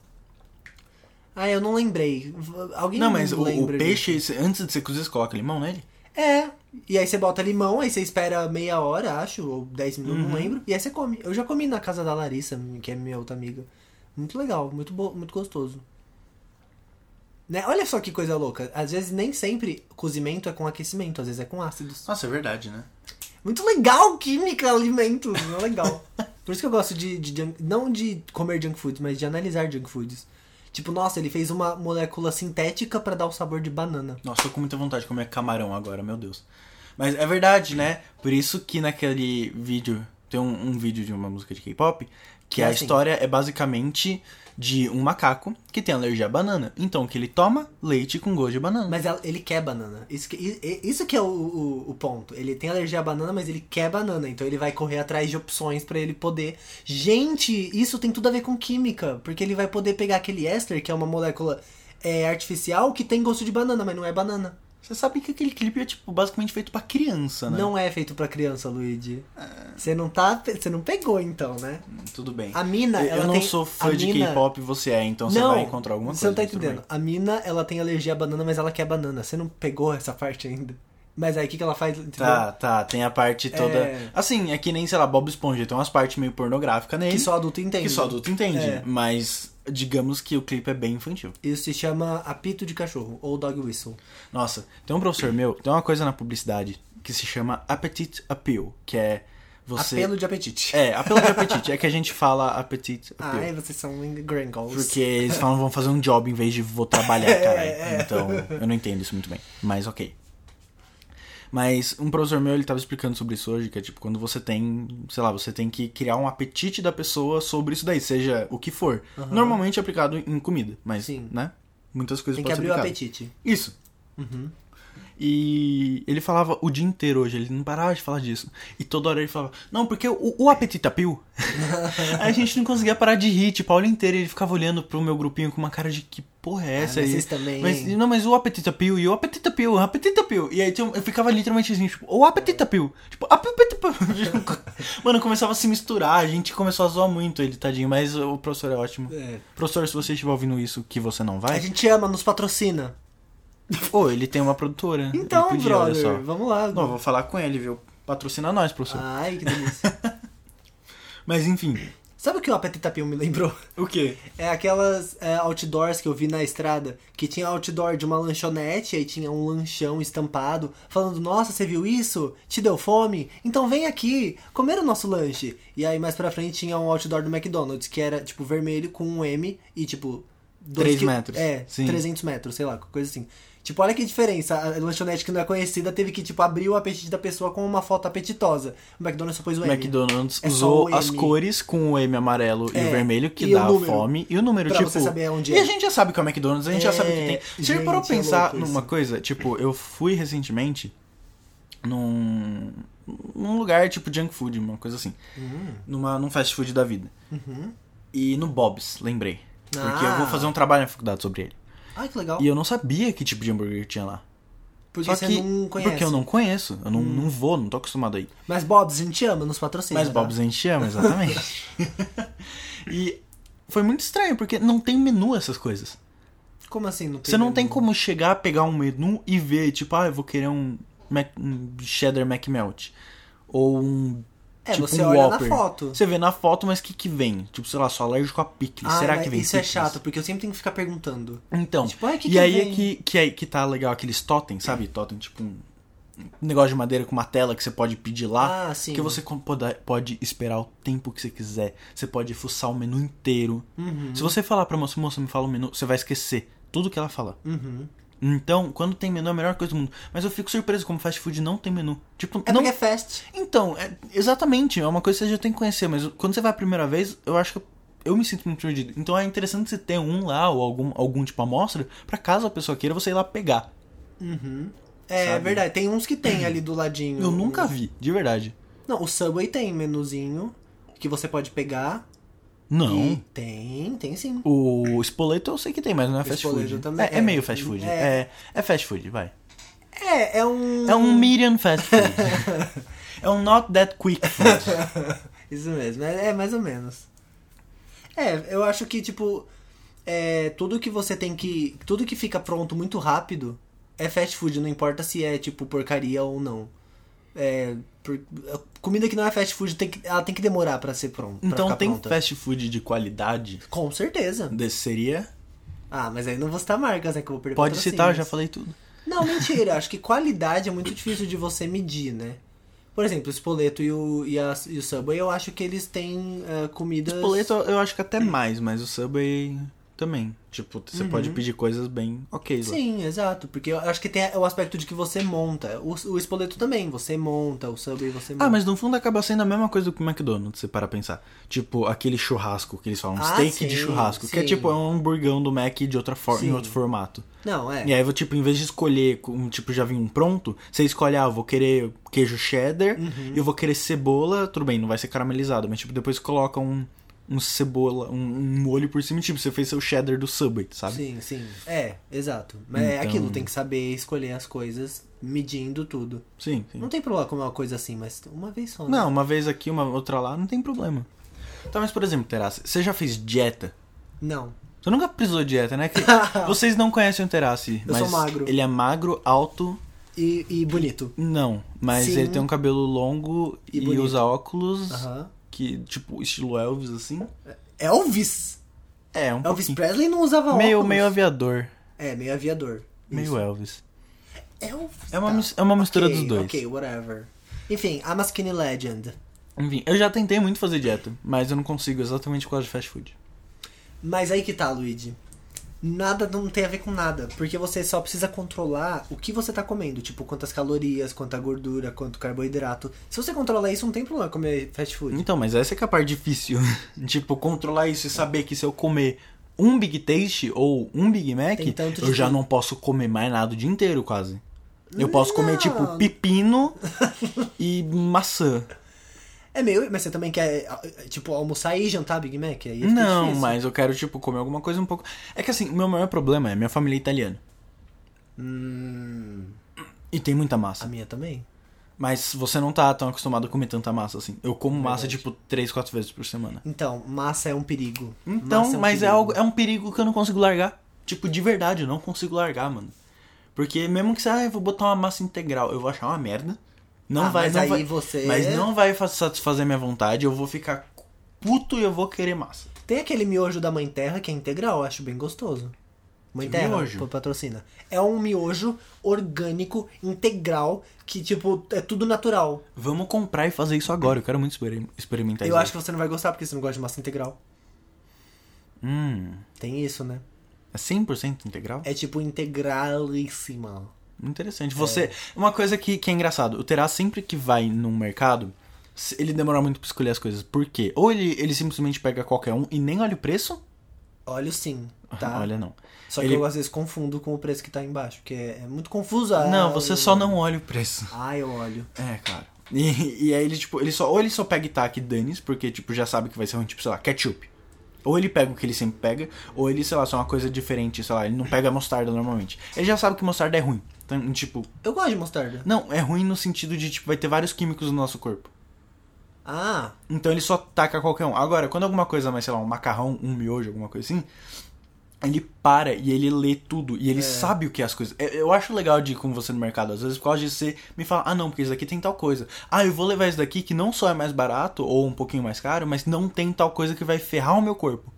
S2: Ah, eu não lembrei. V- Alguém
S1: não, mas o, o
S2: lembra disso?
S1: peixe, você- antes de você cozinhar, você coloca limão nele?
S2: É. E aí você bota limão, aí você espera meia hora, acho, ou 10 minutos,
S1: Uhum.
S2: não lembro. E aí você come. Eu já comi na casa da Larissa, que é minha outra amiga. Muito legal, muito, bo- muito gostoso. Né? Olha só que coisa louca. Às vezes nem sempre cozimento é com aquecimento, às vezes é com ácidos.
S1: Nossa, é verdade, né?
S2: Muito legal química, alimentos, não é legal. Por isso que eu gosto de, de junk- não de comer junk foods, mas de analisar junk foods. Tipo, nossa, ele fez uma molécula sintética pra dar o sabor de banana.
S1: Nossa, tô com muita vontade de comer camarão agora, meu Deus. Mas é verdade, né? Por isso que naquele vídeo, tem um, um vídeo de uma música de K-pop, que
S2: É
S1: a
S2: assim.
S1: história é basicamente de um macaco que tem alergia à banana. Então, o que ele toma? Leite com gosto de banana.
S2: Mas ela- ele quer banana. Isso que, i- i- isso que é o, o- o ponto. Ele tem alergia à banana, mas ele quer banana. Então ele vai correr atrás de opções pra ele poder. Gente, isso tem tudo a ver com química. Porque ele vai poder pegar aquele éster, que é uma molécula é, artificial, que tem gosto de banana, mas não é banana.
S1: Você sabe que aquele clipe é, tipo, basicamente feito pra criança, né? É.
S2: Não é feito pra criança, Luigi. Você não tá. Você não pegou, então, né?
S1: Tudo bem.
S2: A mina,
S1: Eu-
S2: ela
S1: eu não
S2: tem-
S1: sou
S2: a
S1: fã de
S2: mina-
S1: K-pop, você é, então você
S2: não,
S1: vai encontrar alguma coisa.
S2: Você não tá
S1: mas tudo
S2: entendendo.
S1: bem.
S2: A mina, ela tem alergia à banana, mas ela quer banana. Você não pegou essa parte ainda. Mas aí o que, que ela faz? Entendeu?
S1: Tá, tá, tem a parte toda.
S2: É.
S1: Assim, é que nem, sei lá, Bob Esponja, tem umas partes meio pornográficas nele.
S2: Que só adulto entende.
S1: que só adulto entende.
S2: É.
S1: Mas digamos que o clipe é bem infantil.
S2: Isso se chama apito de cachorro, ou dog whistle.
S1: Nossa, tem um professor meu, tem uma coisa na publicidade que se chama Appetite Appeal, que é você.
S2: Apelo de Ah, apetite.
S1: É, apelo de apetite. É que a gente fala Appetite Appeal.
S2: Ai, vocês são gringos.
S1: Porque eles falam, vão fazer um job em vez de vou trabalhar,
S2: é.
S1: caralho. Então, eu não entendo isso muito bem. Mas ok. Mas um professor meu, ele tava explicando sobre isso hoje, que é tipo, quando você tem, sei lá, você tem que criar um apetite da pessoa sobre isso daí, seja o que for. Normalmente é aplicado em comida, mas,
S2: Sim.
S1: né? Muitas coisas
S2: Tem que
S1: podem ser
S2: abrir o
S1: aplicadas.
S2: apetite.
S1: Isso.
S2: Uhum.
S1: E ele falava o dia inteiro hoje, ele não parava de falar disso. E toda hora ele falava, não, porque o, o apetite apio. Aí a gente não conseguia parar de rir, tipo, a aula inteira ele ficava olhando pro meu grupinho com uma cara de que porra é essa
S2: Ah, mas
S1: aí?
S2: vocês também,
S1: Mas,
S2: hein?
S1: não, mas o apetite apio e o apetite apio, apetite apio. E aí tinha um- eu ficava literalmente assim, tipo, o apetite apio. Tipo, apetite apio. Mano, começava a se misturar, a gente começou a zoar muito ele, tadinho, mas o professor é ótimo.
S2: É.
S1: Professor, se você estiver ouvindo isso, que você não vai.
S2: A gente ama, nos patrocina.
S1: Pô, ele tem uma produtora.
S2: Então,
S1: ele podia, olha
S2: brother,
S1: só.
S2: vamos lá.
S1: Não, vou falar com ele, viu? Patrocina nós, professor.
S2: Ai, que delícia. Ah.
S1: Mas enfim.
S2: Sabe o que o apetite apio me lembrou?
S1: O quê?
S2: É aquelas é, outdoors que eu vi na estrada, que tinha outdoor de uma lanchonete, aí tinha um lanchão estampado, falando, nossa, você viu isso? Te deu fome? Então vem aqui, comer o nosso lanche. E aí mais pra frente tinha um outdoor do McDonald's, que era, tipo, vermelho com um M e, tipo... dois
S1: Três
S2: qui-
S1: metros.
S2: É,
S1: Sim.
S2: 300 metros, sei lá, coisa assim. Tipo, olha que diferença, a lanchonete que não é conhecida teve que, tipo, abrir o apetite da pessoa com uma foto apetitosa. O McDonald's só pôs o M.
S1: McDonald's
S2: É só
S1: usou
S2: o M.
S1: as cores com o M amarelo e
S2: É,
S1: o vermelho, que
S2: e o
S1: dá
S2: número.
S1: fome, e o número,
S2: Pra
S1: tipo.
S2: você saber onde
S1: e
S2: é.
S1: a gente já sabe que é o McDonald's, a gente já
S2: É,
S1: sabe o que tem. Você já parou pra
S2: gente, é
S1: pensar
S2: louco isso.
S1: numa coisa? Tipo, eu fui recentemente num. num lugar tipo junk food, uma coisa assim.
S2: Hum.
S1: Numa, num fast food da vida. E no Bob's, lembrei. Porque eu vou
S2: Uhum. Ah.
S1: fazer um trabalho na faculdade sobre ele.
S2: Ai, que legal.
S1: E eu não sabia que tipo de hambúrguer tinha lá.
S2: Porque você não conhece. Hum.
S1: Porque eu não conheço. Eu não, não vou, não tô acostumado aí.
S2: Mas Bob's, a gente ama, nos patrocina.
S1: Mas
S2: tá?
S1: Bob's a gente ama, exatamente. e foi muito estranho, porque não tem menu essas coisas.
S2: Como assim? Não tem
S1: Você não
S2: menu?
S1: tem como chegar, pegar um menu e ver, tipo, ah, eu vou querer um, Mac, um cheddar McMelt. Ou um.
S2: É,
S1: tipo,
S2: você
S1: um
S2: olha
S1: Whopper.
S2: na foto.
S1: Você vê na foto, mas o que que vem? Tipo, sei lá, sou alérgico a picles.
S2: Ah,
S1: Será
S2: mas
S1: que vem
S2: Isso é
S1: picles?
S2: chato, porque eu sempre tenho que ficar perguntando.
S1: Então,
S2: Tipo, ai, que
S1: e
S2: que
S1: aí
S2: vem?
S1: é que, que, aí que tá legal aqueles totem, sabe? Totem, tipo um um negócio de madeira com uma tela que você pode pedir lá.
S2: Ah, sim.
S1: tá Que você com- poda- pode esperar o tempo que você quiser. Você pode fuçar o menu inteiro.
S2: Uhum,
S1: Se você falar pra moça, moça, me fala o menu, você vai esquecer tudo que ela falar.
S2: Uhum.
S1: Então, quando tem menu é a melhor coisa do mundo. Mas eu fico surpreso como fast food não tem menu. Tipo,
S2: É
S1: não...
S2: porque é fast.
S1: Então, é- exatamente, é uma coisa que você já tem que conhecer, mas quando você vai a primeira vez, eu acho que eu, eu me sinto muito perdido. Então é interessante você ter um lá ou algum, algum tipo de amostra, pra caso a pessoa queira, você ir lá pegar.
S2: É
S1: Sabe?
S2: verdade, tem uns que tem ali do ladinho.
S1: Eu nunca vi, de verdade.
S2: Não, o Subway tem menuzinho que você pode pegar.
S1: Não.
S2: E tem, tem sim.
S1: O espoleto eu sei que tem, mas não é fast
S2: Spoleto
S1: food.
S2: também
S1: é, é
S2: é.
S1: meio fast food.
S2: É.
S1: É. É, fast food, vai.
S2: É, é um.
S1: É um medium fast food. é um not that quick food.
S2: Isso mesmo, é, é mais ou menos. É, eu acho que, tipo, é, tudo que você tem que. Tudo que fica pronto muito rápido é fast food, não importa se é, tipo, porcaria ou não. É, por- comida que não é fast food, tem que, ela tem que demorar pra ser pronta.
S1: Então
S2: pra ficar
S1: tem
S2: pronta.
S1: fast food de qualidade.
S2: Com certeza.
S1: Desse seria.
S2: Ah, mas aí não vou citar marcas, né? Que eu vou perder
S1: Pode citar, eu já
S2: patrocínios.
S1: falei tudo.
S2: Não, mentira. Acho que qualidade é muito difícil de você medir, né? Por exemplo, o Spoleto e o, e a- e o Subway, eu acho que eles têm ah, comidas...
S1: Espoleto eu acho que até mais, mas o Subway também. Tipo, você pode pedir coisas bem ok lá.
S2: Uhum. Sim, exato. Porque eu acho que tem o aspecto de que você monta. O, o espoleto também, você monta, o subway você monta.
S1: Ah, mas no fundo acaba sendo a mesma coisa que o McDonald's, se para pensar. Tipo, aquele churrasco que eles falam,
S2: Ah,
S1: steak
S2: sim,
S1: de churrasco, que é
S2: sim.
S1: tipo é um hamburgão do Mac de outra forma,
S2: Sim.
S1: em outro formato.
S2: Não, é.
S1: E aí, tipo, em vez de escolher um tipo já vinho pronto, você escolhe, ah, eu vou querer
S2: Uhum.
S1: queijo cheddar, eu vou querer cebola, tudo bem, não vai ser caramelizado, mas tipo, depois coloca um, um cebola, um, um molho por cima, tipo, você fez seu cheddar do Subway, sabe?
S2: Sim, sim. É, exato. Mas é
S1: Então-
S2: aquilo, tem que saber escolher as coisas, medindo tudo.
S1: Sim, sim.
S2: Não tem problema comer uma coisa assim, mas uma vez só. né?
S1: Não, uma vez aqui, uma outra lá, não tem problema. Então, mas por exemplo, Terassi, você já fez dieta?
S2: Não.
S1: Você nunca precisou de dieta, né? Que vocês não conhecem o Terassi.
S2: Eu
S1: mas
S2: sou magro.
S1: Ele é magro, alto,
S2: E, e bonito.
S1: não. Mas
S2: Sim.
S1: ele tem um cabelo longo
S2: E
S1: e,
S2: bonito.
S1: usa óculos,
S2: Aham.
S1: que tipo, estilo Elvis, assim.
S2: Elvis!
S1: É, um
S2: Elvis
S1: pouquinho.
S2: Presley não usava
S1: meio,
S2: óculos.
S1: meio aviador.
S2: É, meio aviador.
S1: Meio Elvis.
S2: Elvis.
S1: É uma,
S2: tá.
S1: mis- é uma mistura
S2: Ok,
S1: dos dois.
S2: Ok, whatever. Enfim, a Maskini Legend.
S1: Enfim, eu já tentei muito fazer dieta, mas eu não consigo exatamente por causa de fast food.
S2: Mas aí que tá, Luigi. Nada não tem a ver com nada, porque você só precisa controlar o que você tá comendo, tipo quantas calorias, quanta gordura, quanto carboidrato. Se você controlar isso, não tem problema comer fast food.
S1: Então, mas essa é que é a parte difícil. tipo, controlar isso e saber que se eu comer um Big Taste ou um Big Mac,
S2: Tem tanto de
S1: eu já
S2: tudo.
S1: não posso comer mais nada o dia inteiro, quase. Eu posso comer,
S2: Não.
S1: tipo, pepino e maçã.
S2: É meio, mas você também quer tipo almoçar e jantar Big Mac, É aí fica
S1: Não,
S2: difícil.
S1: mas eu quero, tipo, comer alguma coisa um pouco. É que assim, o meu maior problema é minha família é italiana.
S2: Hum,
S1: E tem muita
S2: a
S1: massa.
S2: minha também.
S1: Mas você não tá tão acostumado a comer tanta massa assim. Eu como massa,
S2: Verdade.
S1: tipo, três, quatro vezes por semana.
S2: Então, massa é um perigo.
S1: Então,
S2: Massa um
S1: mas é
S2: perigo.
S1: algo, é um perigo que eu não consigo largar. Tipo, de verdade, eu não consigo largar, mano. Porque mesmo que você, ah, eu vou botar uma massa integral, eu vou achar uma merda. Não
S2: Ah,
S1: vai,
S2: mas
S1: não
S2: aí
S1: vai,
S2: você- é
S1: mas não vai fa- satisfazer minha vontade, eu vou ficar puto e eu vou querer massa.
S2: Tem aquele miojo da Mãe Terra que é integral, eu acho bem gostoso. Mãe
S1: Que
S2: Terra,
S1: miojo?
S2: pô, patrocina. É um miojo orgânico, integral, que, tipo, é tudo natural.
S1: Vamos comprar e fazer isso agora, eu quero muito experim- experimentar
S2: eu
S1: isso.
S2: acho que você não vai gostar porque você não gosta de massa integral.
S1: Hum,
S2: Tem isso, né?
S1: é 100% integral?
S2: É tipo integralíssima.
S1: Interessante. Você, uma coisa que, que é engraçado, o Terá sempre que vai num mercado, se- ele demora muito pra escolher as coisas. Por quê? Ou ele, ele simplesmente pega qualquer um e nem olha o preço,
S2: Olha sim, tá?
S1: Olha, não.
S2: Só que
S1: ele-
S2: eu às vezes confundo com o preço que tá embaixo, porque é muito confuso. ah,
S1: Não, você só não olha o preço.
S2: Ah, eu olho.
S1: É, claro. E, e aí ele, tipo, ele só, ou ele só pega e taca e danis, porque, tipo, já sabe que vai ser um, tipo, sei lá, ketchup. Ou ele pega o que ele sempre pega, ou ele, sei lá, só é uma coisa diferente, sei lá, ele não pega mostarda normalmente. Ele já sabe que mostarda é ruim. Então, tipo,
S2: Eu gosto de mostarda.
S1: não, é ruim no sentido de, tipo, vai ter vários químicos no nosso corpo.
S2: Ah,
S1: Então ele só taca qualquer um. Agora, quando alguma coisa mais, sei lá, um macarrão, um miojo, alguma coisa assim, ele para e ele lê tudo. E ele sabe o que é as coisas. Eu, eu acho legal de ir com você no mercado. Às vezes, por causa de você me fala, ah não, porque isso daqui tem tal coisa. Ah, eu vou levar isso daqui que não só é mais barato ou um pouquinho mais caro, mas não tem tal coisa que vai ferrar o meu corpo.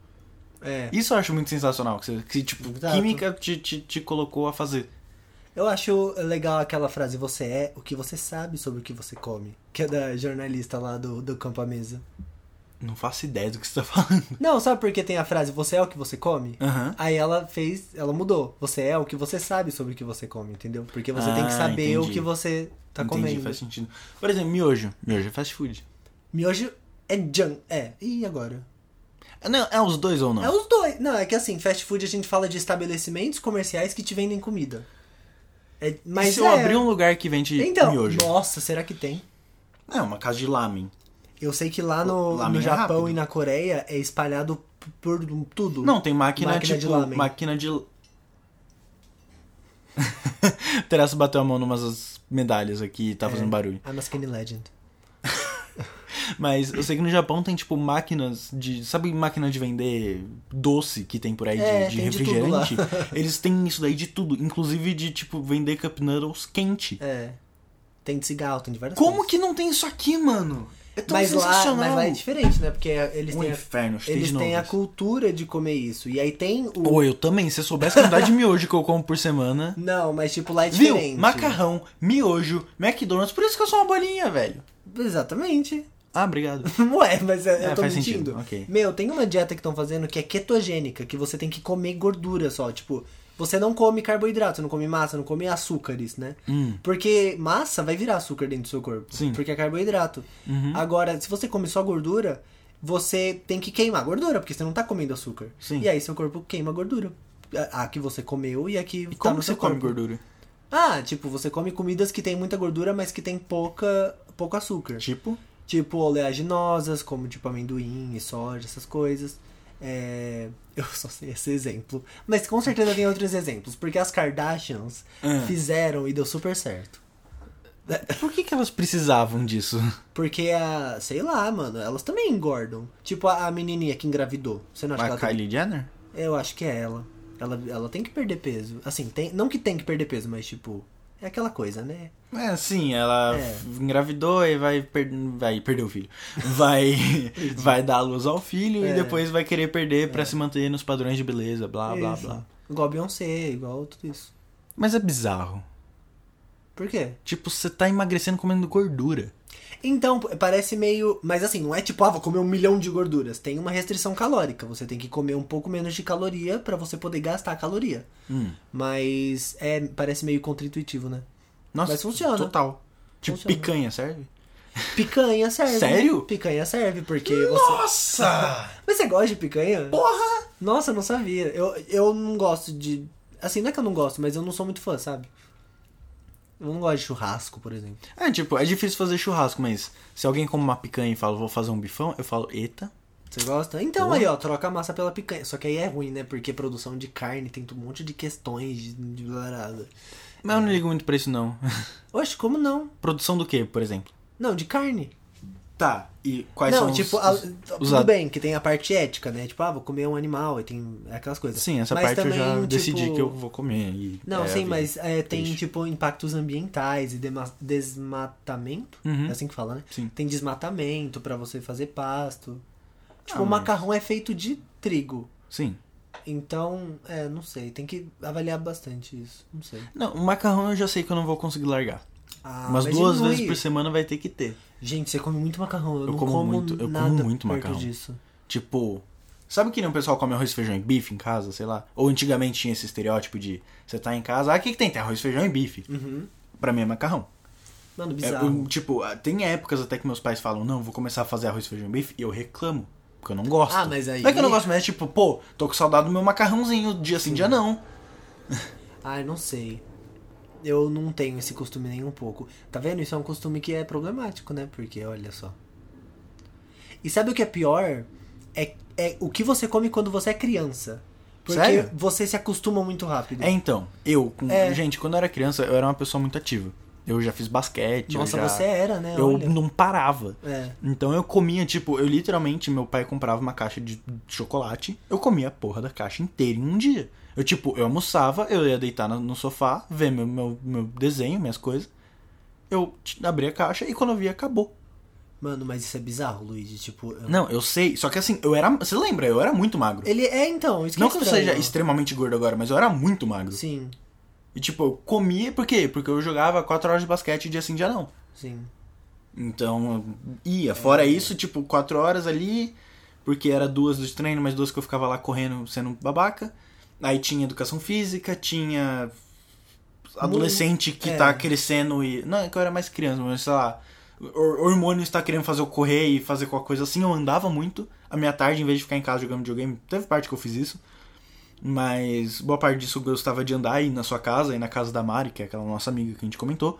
S2: é.
S1: Isso eu acho muito sensacional. Que, você- que, tipo,
S2: Exato.
S1: química te, te, te colocou a fazer.
S2: Eu acho legal aquela frase, você é o que você sabe sobre o que você come. Que é da jornalista lá do, do Campo à Mesa.
S1: Não faço ideia do que você tá falando.
S2: Não, sabe por que tem a frase, você é o que você come?
S1: Aham.
S2: Aí ela fez, ela mudou. Você é o que você sabe sobre o que você come, entendeu? Porque você
S1: Ah,
S2: tem que saber o
S1: entendi.
S2: que você tá
S1: Entendi,
S2: comendo.
S1: faz sentido. Por exemplo, miojo. Miojo é fast food.
S2: Miojo é junk. É, e agora?
S1: Não, é os dois ou não?
S2: É os dois. Não, é que assim, fast food a gente fala de estabelecimentos comerciais que te vendem comida. É, mas
S1: Mas se eu
S2: é-
S1: abrir um lugar que vende
S2: Então,
S1: miojo.
S2: nossa, será que tem?
S1: É, uma casa de lamen.
S2: Eu sei que lá no,
S1: Lá
S2: no
S1: é
S2: Japão
S1: rápido.
S2: e na Coreia é espalhado p- por tudo.
S1: Não, tem máquina,
S2: Máquina de
S1: tipo.
S2: lamen.
S1: máquina de. Teresa bateu a mão numas medalhas aqui
S2: É.
S1: e tá fazendo barulho.
S2: I'm a skinny legend.
S1: Mas eu sei que no Japão tem, tipo, máquinas de. Sabe, máquina de vender doce que tem por aí de,
S2: É,
S1: de
S2: tem de tudo lá.
S1: refrigerante? Eles têm isso daí de tudo. Inclusive de, tipo, vender cup noodles quente.
S2: É. Tem de cigarro, tem de várias
S1: Como
S2: coisas.
S1: que não tem isso aqui, mano? É tão
S2: mas lá,
S1: sensacional.
S2: mas lá é diferente, né? Porque eles
S1: Um
S2: têm a,
S1: inferno, acho que
S2: eles
S1: de
S2: têm a
S1: novo.
S2: cultura de comer isso. E aí tem o
S1: Ou eu também, se eu soubesse a quantidade de miojo que eu como por semana.
S2: Não, mas tipo lá é
S1: Viu?
S2: diferente.
S1: Macarrão, miojo, McDonald's. Por isso que eu sou uma bolinha, velho.
S2: Exatamente.
S1: Ah, obrigado.
S2: Ué, mas eu,
S1: É,
S2: eu tô
S1: faz
S2: mentindo.
S1: sentido, ok.
S2: Meu, tem uma dieta que estão fazendo que é ketogênica, que você tem que comer gordura só. Tipo, você não come carboidrato, não come massa, não come açúcares, né? Porque massa vai virar açúcar dentro do seu corpo.
S1: Hum. Sim. Uhum.
S2: Porque é carboidrato. Agora, se você come só gordura, você tem que queimar a gordura, porque você não tá comendo açúcar.
S1: Sim.
S2: E aí seu corpo queima a gordura. A a que você comeu e a que
S1: E
S2: tá
S1: como
S2: no
S1: que
S2: seu
S1: você come
S2: corpo.
S1: gordura?
S2: Ah, tipo, você come comidas que tem muita gordura, mas que tem pouca, pouco açúcar.
S1: Tipo?
S2: Tipo oleaginosas, como tipo amendoim e soja, essas coisas. É, Eu só sei esse exemplo. Mas com certeza tem outros exemplos, porque as Kardashians
S1: Ah.
S2: fizeram e deu super certo.
S1: Por que, que elas precisavam disso?
S2: Porque a. Sei lá, mano, elas também engordam. Tipo a, a menininha que engravidou. Você não acha
S1: A
S2: que ela tem-
S1: Kylie Jenner?
S2: Eu acho que é ela. ela. Ela tem que perder peso. Assim, tem... não que tem que perder peso, mas tipo. É aquela coisa, né?
S1: É, sim, ela
S2: É.
S1: f- engravidou e vai, per... vai perder o filho. Vai, vai dar a luz ao filho
S2: É.
S1: e depois vai querer perder pra se manter nos padrões de beleza, blá, blá,
S2: Isso.
S1: blá.
S2: Igual a Beyoncé, igual tudo isso.
S1: Mas é bizarro.
S2: Por quê?
S1: Tipo, você tá emagrecendo comendo gordura.
S2: Então, p- parece meio. Mas assim, não é tipo, ah, vou comer um milhão de gorduras. Tem uma restrição calórica. Você tem que comer um pouco menos de caloria pra você poder gastar a caloria.
S1: Hum.
S2: Mas é, parece meio contra-intuitivo, né?
S1: Nossa,
S2: Mas funciona.
S1: Total. Tipo,
S2: Funciona.
S1: picanha, serve?
S2: Picanha serve. né?
S1: Sério?
S2: Picanha serve, porque você.
S1: Nossa!
S2: Mas você gosta de picanha?
S1: Porra!
S2: Nossa, eu não sabia. Eu, eu não gosto de. Assim, não é que eu não gosto, mas eu não sou muito fã, sabe? Eu não gosto de churrasco, por exemplo.
S1: É, tipo, é difícil fazer churrasco, mas se alguém come uma picanha e fala, vou fazer um bifão, eu falo, eita.
S2: Você gosta? Então
S1: Porra.
S2: aí, ó, troca a massa pela picanha. Só que aí é ruim, né? Porque produção de carne tem um monte de questões de, de blarada.
S1: Mas eu não ligo muito pra isso, não.
S2: Oxe, como não?
S1: Produção do quê, por exemplo?
S2: Não, de carne.
S1: Tá, e quais
S2: não,
S1: são
S2: tipo,
S1: os...
S2: a-
S1: os-
S2: tudo
S1: os a-
S2: bem que tem a parte ética, né? Tipo, ah, vou comer um animal e tem aquelas coisas.
S1: Sim, essa
S2: Mas
S1: parte
S2: também,
S1: eu já
S2: tipo,
S1: decidi que eu vou comer. e
S2: Não,
S1: é a
S2: sim,
S1: vida.
S2: mas é, tem,
S1: Triste.
S2: tipo, impactos ambientais e dema- desmatamento.
S1: Uhum.
S2: É assim que fala, né?
S1: Sim.
S2: Tem desmatamento pra você fazer pasto. Tipo,
S1: Ah,
S2: o
S1: mas-
S2: macarrão é feito de trigo.
S1: Sim.
S2: Então, é, não sei. Tem que avaliar bastante isso. Não sei.
S1: Não, o macarrão eu já sei que eu não vou conseguir largar.
S2: Ah,
S1: Umas
S2: mas
S1: duas
S2: diminui.
S1: vezes por semana vai ter que ter.
S2: Gente, você come muito macarrão. Eu,
S1: Eu
S2: não
S1: como
S2: como,
S1: muito, eu como
S2: nada
S1: muito
S2: perto
S1: macarrão.
S2: disso.
S1: Tipo, sabe que nem o pessoal come arroz, feijão e bife em casa, sei lá? Ou antigamente tinha esse estereótipo de você tá em casa, ah, o que, que tem? Tem arroz, feijão e bife.
S2: Uhum.
S1: Pra mim é macarrão.
S2: Mano,
S1: É,
S2: bizarro.
S1: eu, tipo, ah, tem épocas até que meus pais falam, não, vou começar a fazer arroz, feijão e bife, e eu reclamo. Porque eu não gosto.
S2: Ah, mas aí-
S1: Não é que eu não gosto, mas é tipo, pô, tô com saudade do meu macarrãozinho dia sim, dia não.
S2: Ai, não sei. Eu não tenho esse costume nem um pouco. Tá vendo? Isso é um costume que é problemático, né? Porque, olha só. E sabe o que é pior? É, é o que você come quando você é criança. Porque
S1: Sério?
S2: você se acostuma muito rápido.
S1: É, então, eu, com-
S2: É.
S1: gente, quando eu era criança, eu era uma pessoa muito ativa. Eu já fiz basquete,
S2: Nossa,
S1: eu já...
S2: você era, né?
S1: Eu
S2: Olha.
S1: não parava.
S2: É.
S1: Então eu comia, tipo, eu literalmente, meu pai comprava uma caixa de chocolate, eu comia a porra da caixa inteira em um dia. Eu, tipo, eu almoçava, eu ia deitar no, no sofá, ver meu, meu, meu desenho, minhas coisas. Eu t- abri a caixa e quando eu vi, acabou.
S2: Mano, mas isso é bizarro, Luigi. Tipo. eu-
S1: Não, eu sei, só que assim, eu era. Você lembra? Eu era muito magro.
S2: Ele é, então. Isso que
S1: não
S2: é
S1: que eu
S2: estranho.
S1: seja extremamente gordo agora, mas eu era muito magro.
S2: Sim,
S1: E tipo, eu comia, por quê? Porque eu jogava 4 horas de basquete dia sim, dia não.
S2: sim.
S1: Então, ia. Fora isso, tipo, quatro horas ali, porque era duas dos treinos, mas duas que eu ficava lá correndo sendo um babaca. Aí tinha educação física, tinha adolescente que
S2: é.
S1: tá crescendo e. Não, é que eu era mais criança, mas sei lá. O hormônio está querendo fazer eu correr e fazer qualquer coisa assim. Eu andava muito. A minha tarde, em vez de ficar em casa jogando videogame, teve parte que eu fiz isso. Mas boa parte disso eu gostava de andar e ir na sua casa e na casa da Mari, que é aquela nossa amiga que a gente comentou.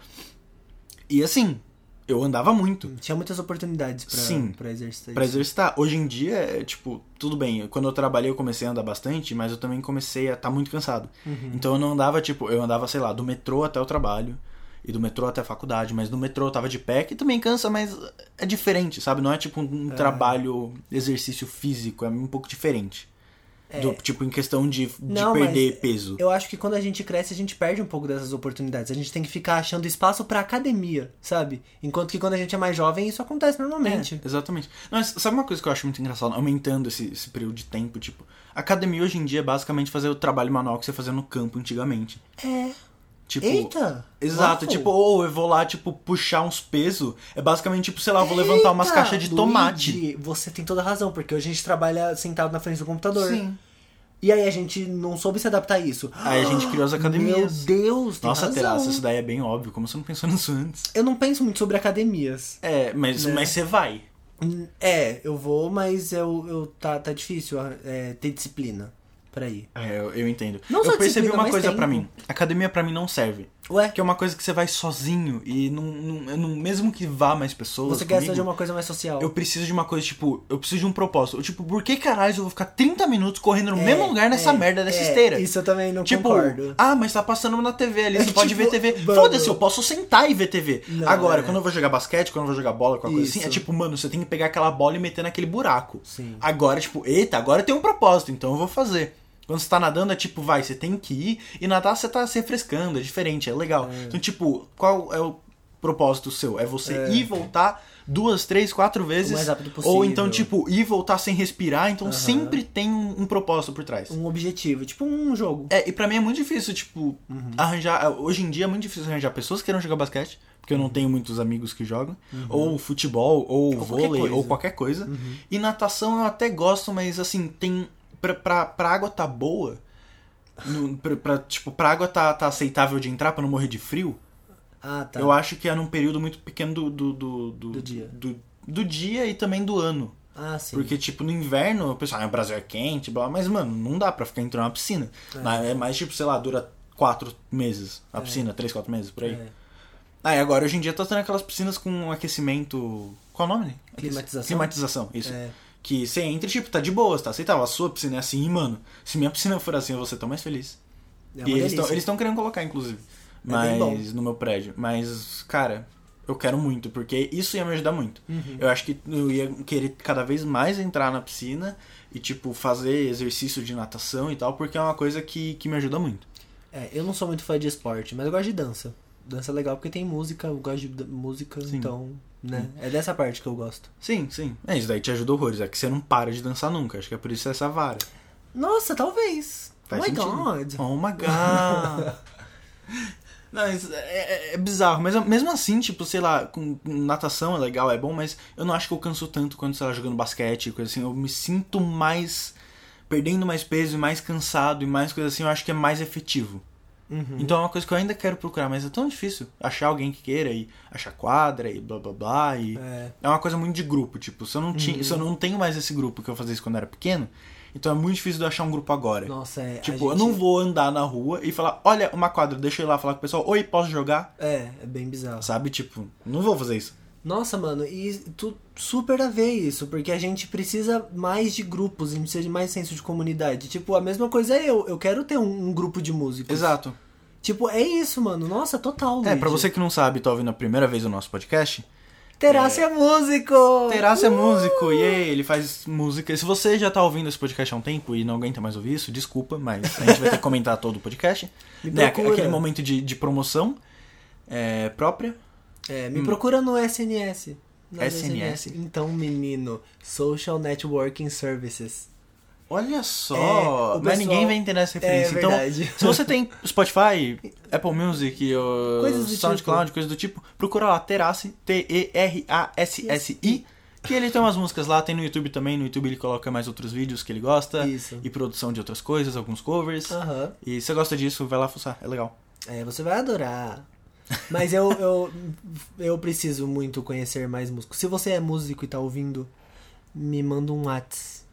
S1: E assim, eu andava muito
S2: Tinha muitas oportunidades pra,
S1: Sim.
S2: pra exercitar
S1: pra
S2: isso.
S1: exercitar. Hoje em dia, é, tipo, tudo bem. Quando eu trabalhei, eu comecei a andar bastante, mas eu também comecei a estar muito cansado.
S2: Uhum.
S1: Então eu não andava, tipo, eu andava, sei lá, do metrô até o trabalho. E do metrô até a faculdade, mas no metrô eu tava de pé, que também cansa, mas é diferente, sabe? Não é tipo um trabalho, exercício físico, é um pouco diferente. Do, tipo, em questão de, de
S2: É. Não, mas é
S1: perder peso.
S2: Eu acho que quando a gente cresce, a gente perde um pouco dessas oportunidades. A gente tem que ficar achando espaço pra academia, sabe? Enquanto que quando a gente é mais jovem, isso acontece normalmente.
S1: É, exatamente. Não, mas sabe uma coisa que eu acho muito engraçada? Aumentando esse, esse período de tempo, tipo... Academia hoje em dia é basicamente fazer o trabalho manual que você fazia no campo antigamente.
S2: É.
S1: Tipo,
S2: Eita!
S1: Exato,
S2: Uau!
S1: tipo, ou eu vou lá, tipo, puxar uns pesos. É basicamente, tipo, sei lá, eu vou levantar umas
S2: Eita,
S1: caixas de tomate.
S2: Luigi, Você tem toda a razão, porque hoje a gente trabalha sentado na frente do computador.
S1: Sim.
S2: E aí a gente não soube se adaptar a isso.
S1: Aí a gente criou as
S2: Meu
S1: academias.
S2: Deus, tem
S1: Nossa,
S2: razão.
S1: Terasa, isso daí é bem óbvio. Como você não pensou nisso antes?
S2: Eu não penso muito sobre academias.
S1: É, mas,
S2: Né?
S1: mas você vai.
S2: Hum, É, eu vou, mas eu, eu tá, tá difícil é, ter disciplina pra ir.
S1: É, eu, eu entendo.
S2: Não só
S1: eu percebi
S2: disciplina,
S1: uma
S2: mas
S1: coisa
S2: tempo.
S1: pra mim. Academia pra mim não serve.
S2: Ué,
S1: Que é uma coisa que você vai sozinho e não, não, eu não- mesmo que vá mais pessoas.
S2: você quer
S1: comigo,
S2: fazer uma coisa mais social.
S1: Eu preciso de uma coisa, tipo, eu preciso de um propósito. Eu, Tipo, por que caralho eu vou ficar 30 minutos correndo no
S2: É,
S1: mesmo lugar nessa
S2: é,
S1: merda dessa
S2: é,
S1: esteira?
S2: Isso eu também não
S1: Tipo,
S2: concordo.
S1: ah, mas tá passando na TV ali, você
S2: É,
S1: pode ver
S2: tipo,
S1: TV.
S2: mano.
S1: Foda-se, eu posso sentar e ver TV.
S2: Não,
S1: Agora,
S2: é.
S1: quando eu vou jogar basquete, quando eu vou jogar bola, qualquer coisa assim,
S2: Isso.
S1: é tipo, mano, você tem que pegar aquela bola e meter naquele buraco.
S2: Sim.
S1: Agora, tipo, eita, agora tem um propósito, então eu vou fazer. Quando você tá nadando, é tipo, vai, você tem que ir, e nadar você tá se refrescando, é diferente, é legal. Então, tipo, qual é o propósito seu? É você ir e voltar duas, três, quatro vezes.
S2: mais rápido
S1: Ou
S2: possível.
S1: então, tipo, ir e voltar sem respirar, então
S2: Aham.
S1: sempre tem um, um propósito por trás.
S2: Um objetivo, tipo um jogo.
S1: É, e pra mim é muito difícil, tipo,
S2: Uhum.
S1: arranjar. Hoje em dia é muito difícil arranjar pessoas que queiram jogar basquete, porque eu não tenho muitos amigos que jogam, ou futebol, ou,
S2: Uhum. Ou qualquer
S1: vôlei,
S2: coisa. Uhum.
S1: ou qualquer coisa. E natação eu até gosto, mas assim, tem. Pra, pra, pra água tá boa, no, pra, pra, tipo, pra água tá, tá aceitável de entrar pra não morrer de frio,
S2: Ah, tá.
S1: eu acho que é num período muito pequeno do. Do, do,
S2: Do dia.
S1: do- do dia e também do ano.
S2: Ah, sim.
S1: Porque, tipo, no inverno, o pessoal, ah, o Brasil é quente, blá, mas, mano, não dá pra ficar entrando na piscina. Na- É, mais, tipo, sei lá, dura quatro meses a piscina, três, quatro meses, por aí.
S2: É.
S1: Aí agora, hoje em dia, tá tendo aquelas piscinas com aquecimento... Qual é o nome? né? Aquece-
S2: Climatização?
S1: Climatização, isso.
S2: É.
S1: Que você entra e, tipo, tá de boas, tá aceitável. A sua piscina é assim, e, mano, se minha piscina for assim, eu vou ser tão mais feliz.
S2: É uma
S1: e eles
S2: delícia.
S1: tão- eles estão querendo colocar, inclusive.
S2: É bem
S1: Mas, no meu prédio. Mas, cara, eu quero muito, porque isso ia me ajudar muito.
S2: Uhum.
S1: Eu acho que eu ia querer cada vez mais entrar na piscina e, tipo, fazer exercício de natação e tal, porque é uma coisa que, que me ajuda muito.
S2: É, eu não sou muito fã de esporte, mas eu gosto de dança. Dança é legal porque tem música, eu gosto de da- música,
S1: Sim.
S2: então, né? É dessa parte que eu gosto.
S1: Sim, sim. É, isso daí te ajuda horrores. É que você não para de dançar nunca. Acho que é por isso essa vara.
S2: Nossa, talvez.
S1: Faz
S2: oh my
S1: sentido.
S2: god.
S1: Oh my god. Não, isso é, é- é bizarro, mas mesmo assim, tipo, sei lá, com com natação é legal, é bom, mas eu não acho que eu canso tanto quando, sei lá, jogando basquete, coisa assim. Eu me sinto mais. perdendo mais peso e mais cansado e mais coisa assim, eu acho que é mais efetivo.
S2: Uhum.
S1: Então é uma coisa que eu ainda quero procurar, mas é tão difícil achar alguém que queira e achar quadra e blá blá blá. E...
S2: É,
S1: É uma coisa muito de grupo, tipo, se eu não, tinha, se eu não tenho mais esse grupo que eu fazia isso quando eu era pequeno, então é muito difícil de eu achar um grupo agora.
S2: nossa, é. a
S1: Tipo, eu
S2: gente-
S1: não vou andar na rua e falar, olha, uma quadra, deixa eu ir lá falar com o pessoal, oi, posso jogar?
S2: É, é bem bizarro.
S1: Sabe, tipo, não vou fazer isso.
S2: Nossa, mano, e tu super a ver isso, porque a gente precisa mais de grupos, a gente precisa de mais senso de comunidade. Tipo, a mesma coisa é eu, eu quero ter um, um grupo de músicos.
S1: Exato.
S2: Tipo, é isso, mano. Nossa, total,
S1: É,
S2: Luigi.
S1: pra você que não sabe, tá ouvindo a primeira vez o nosso podcast,
S2: Terassi é, músico!
S1: Terás é músico, e ele faz música. Se você já tá ouvindo esse podcast há um tempo e não aguenta mais ouvir isso, desculpa, mas a gente vai ter que comentar todo o podcast.
S2: Me
S1: Né, aque-
S2: procura.
S1: Aquele momento de, de promoção é, própria.
S2: É,
S1: Hum.
S2: me procura no SNS. Na
S1: SNS.
S2: Então, menino, Social Networking Services.
S1: Olha só,
S2: É, o
S1: mas
S2: pessoal-
S1: né, ninguém vai entender essa referência.
S2: É
S1: então,
S2: verdade.
S1: se você tem Spotify, Apple Music, ou
S2: Coisas do
S1: SoundCloud, coisa do tipo, procura lá Terassi, T-E-R-A-S-S-I, que ele tem umas músicas lá, tem no YouTube também. No YouTube ele coloca mais outros vídeos que ele gosta
S2: Isso. Ah.
S1: e produção de outras coisas, alguns covers.
S2: Aham.
S1: E se você gosta disso, vai lá fuçar, é legal.
S2: É, você vai adorar. Mas eu, eu, eu preciso muito conhecer mais músicos. Se você é músico e tá ouvindo, me manda um Whats.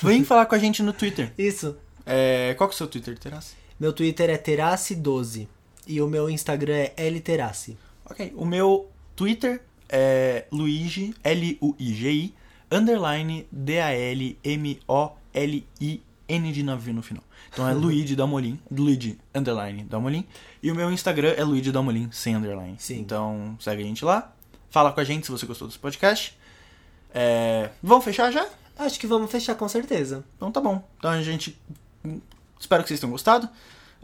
S1: Vem falar com a gente no Twitter.
S2: Isso.
S1: É, qual que é o seu Twitter, Terassi?
S2: Meu Twitter é Terassi12 e o meu Instagram é LTerassi.
S1: Ok, o meu Twitter é Luigi, L-U-I-G-I, underline D-A-L-M-O-L-I-N de navio no final. Então é Luigi Dalmolin, Luigi, underline Dalmolin. E o meu Instagram é Luigi Dalmolin, sem underline.
S2: Sim.
S1: Então segue a gente lá, fala com a gente se você gostou desse podcast. É, vamos fechar já?
S2: Acho que vamos fechar com certeza.
S1: Então tá bom. Então a gente. hum, Espero que vocês tenham gostado.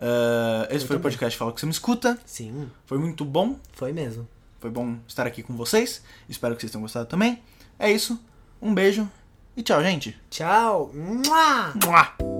S1: É, esse
S2: Eu
S1: foi
S2: também.
S1: o podcast Fala Que Você Me Escuta.
S2: Sim,
S1: Foi muito bom.
S2: foi mesmo.
S1: Foi bom estar aqui com vocês. Espero que vocês tenham gostado também. É isso. Um beijo e tchau, gente.
S2: Tchau! Mua!
S1: Mua!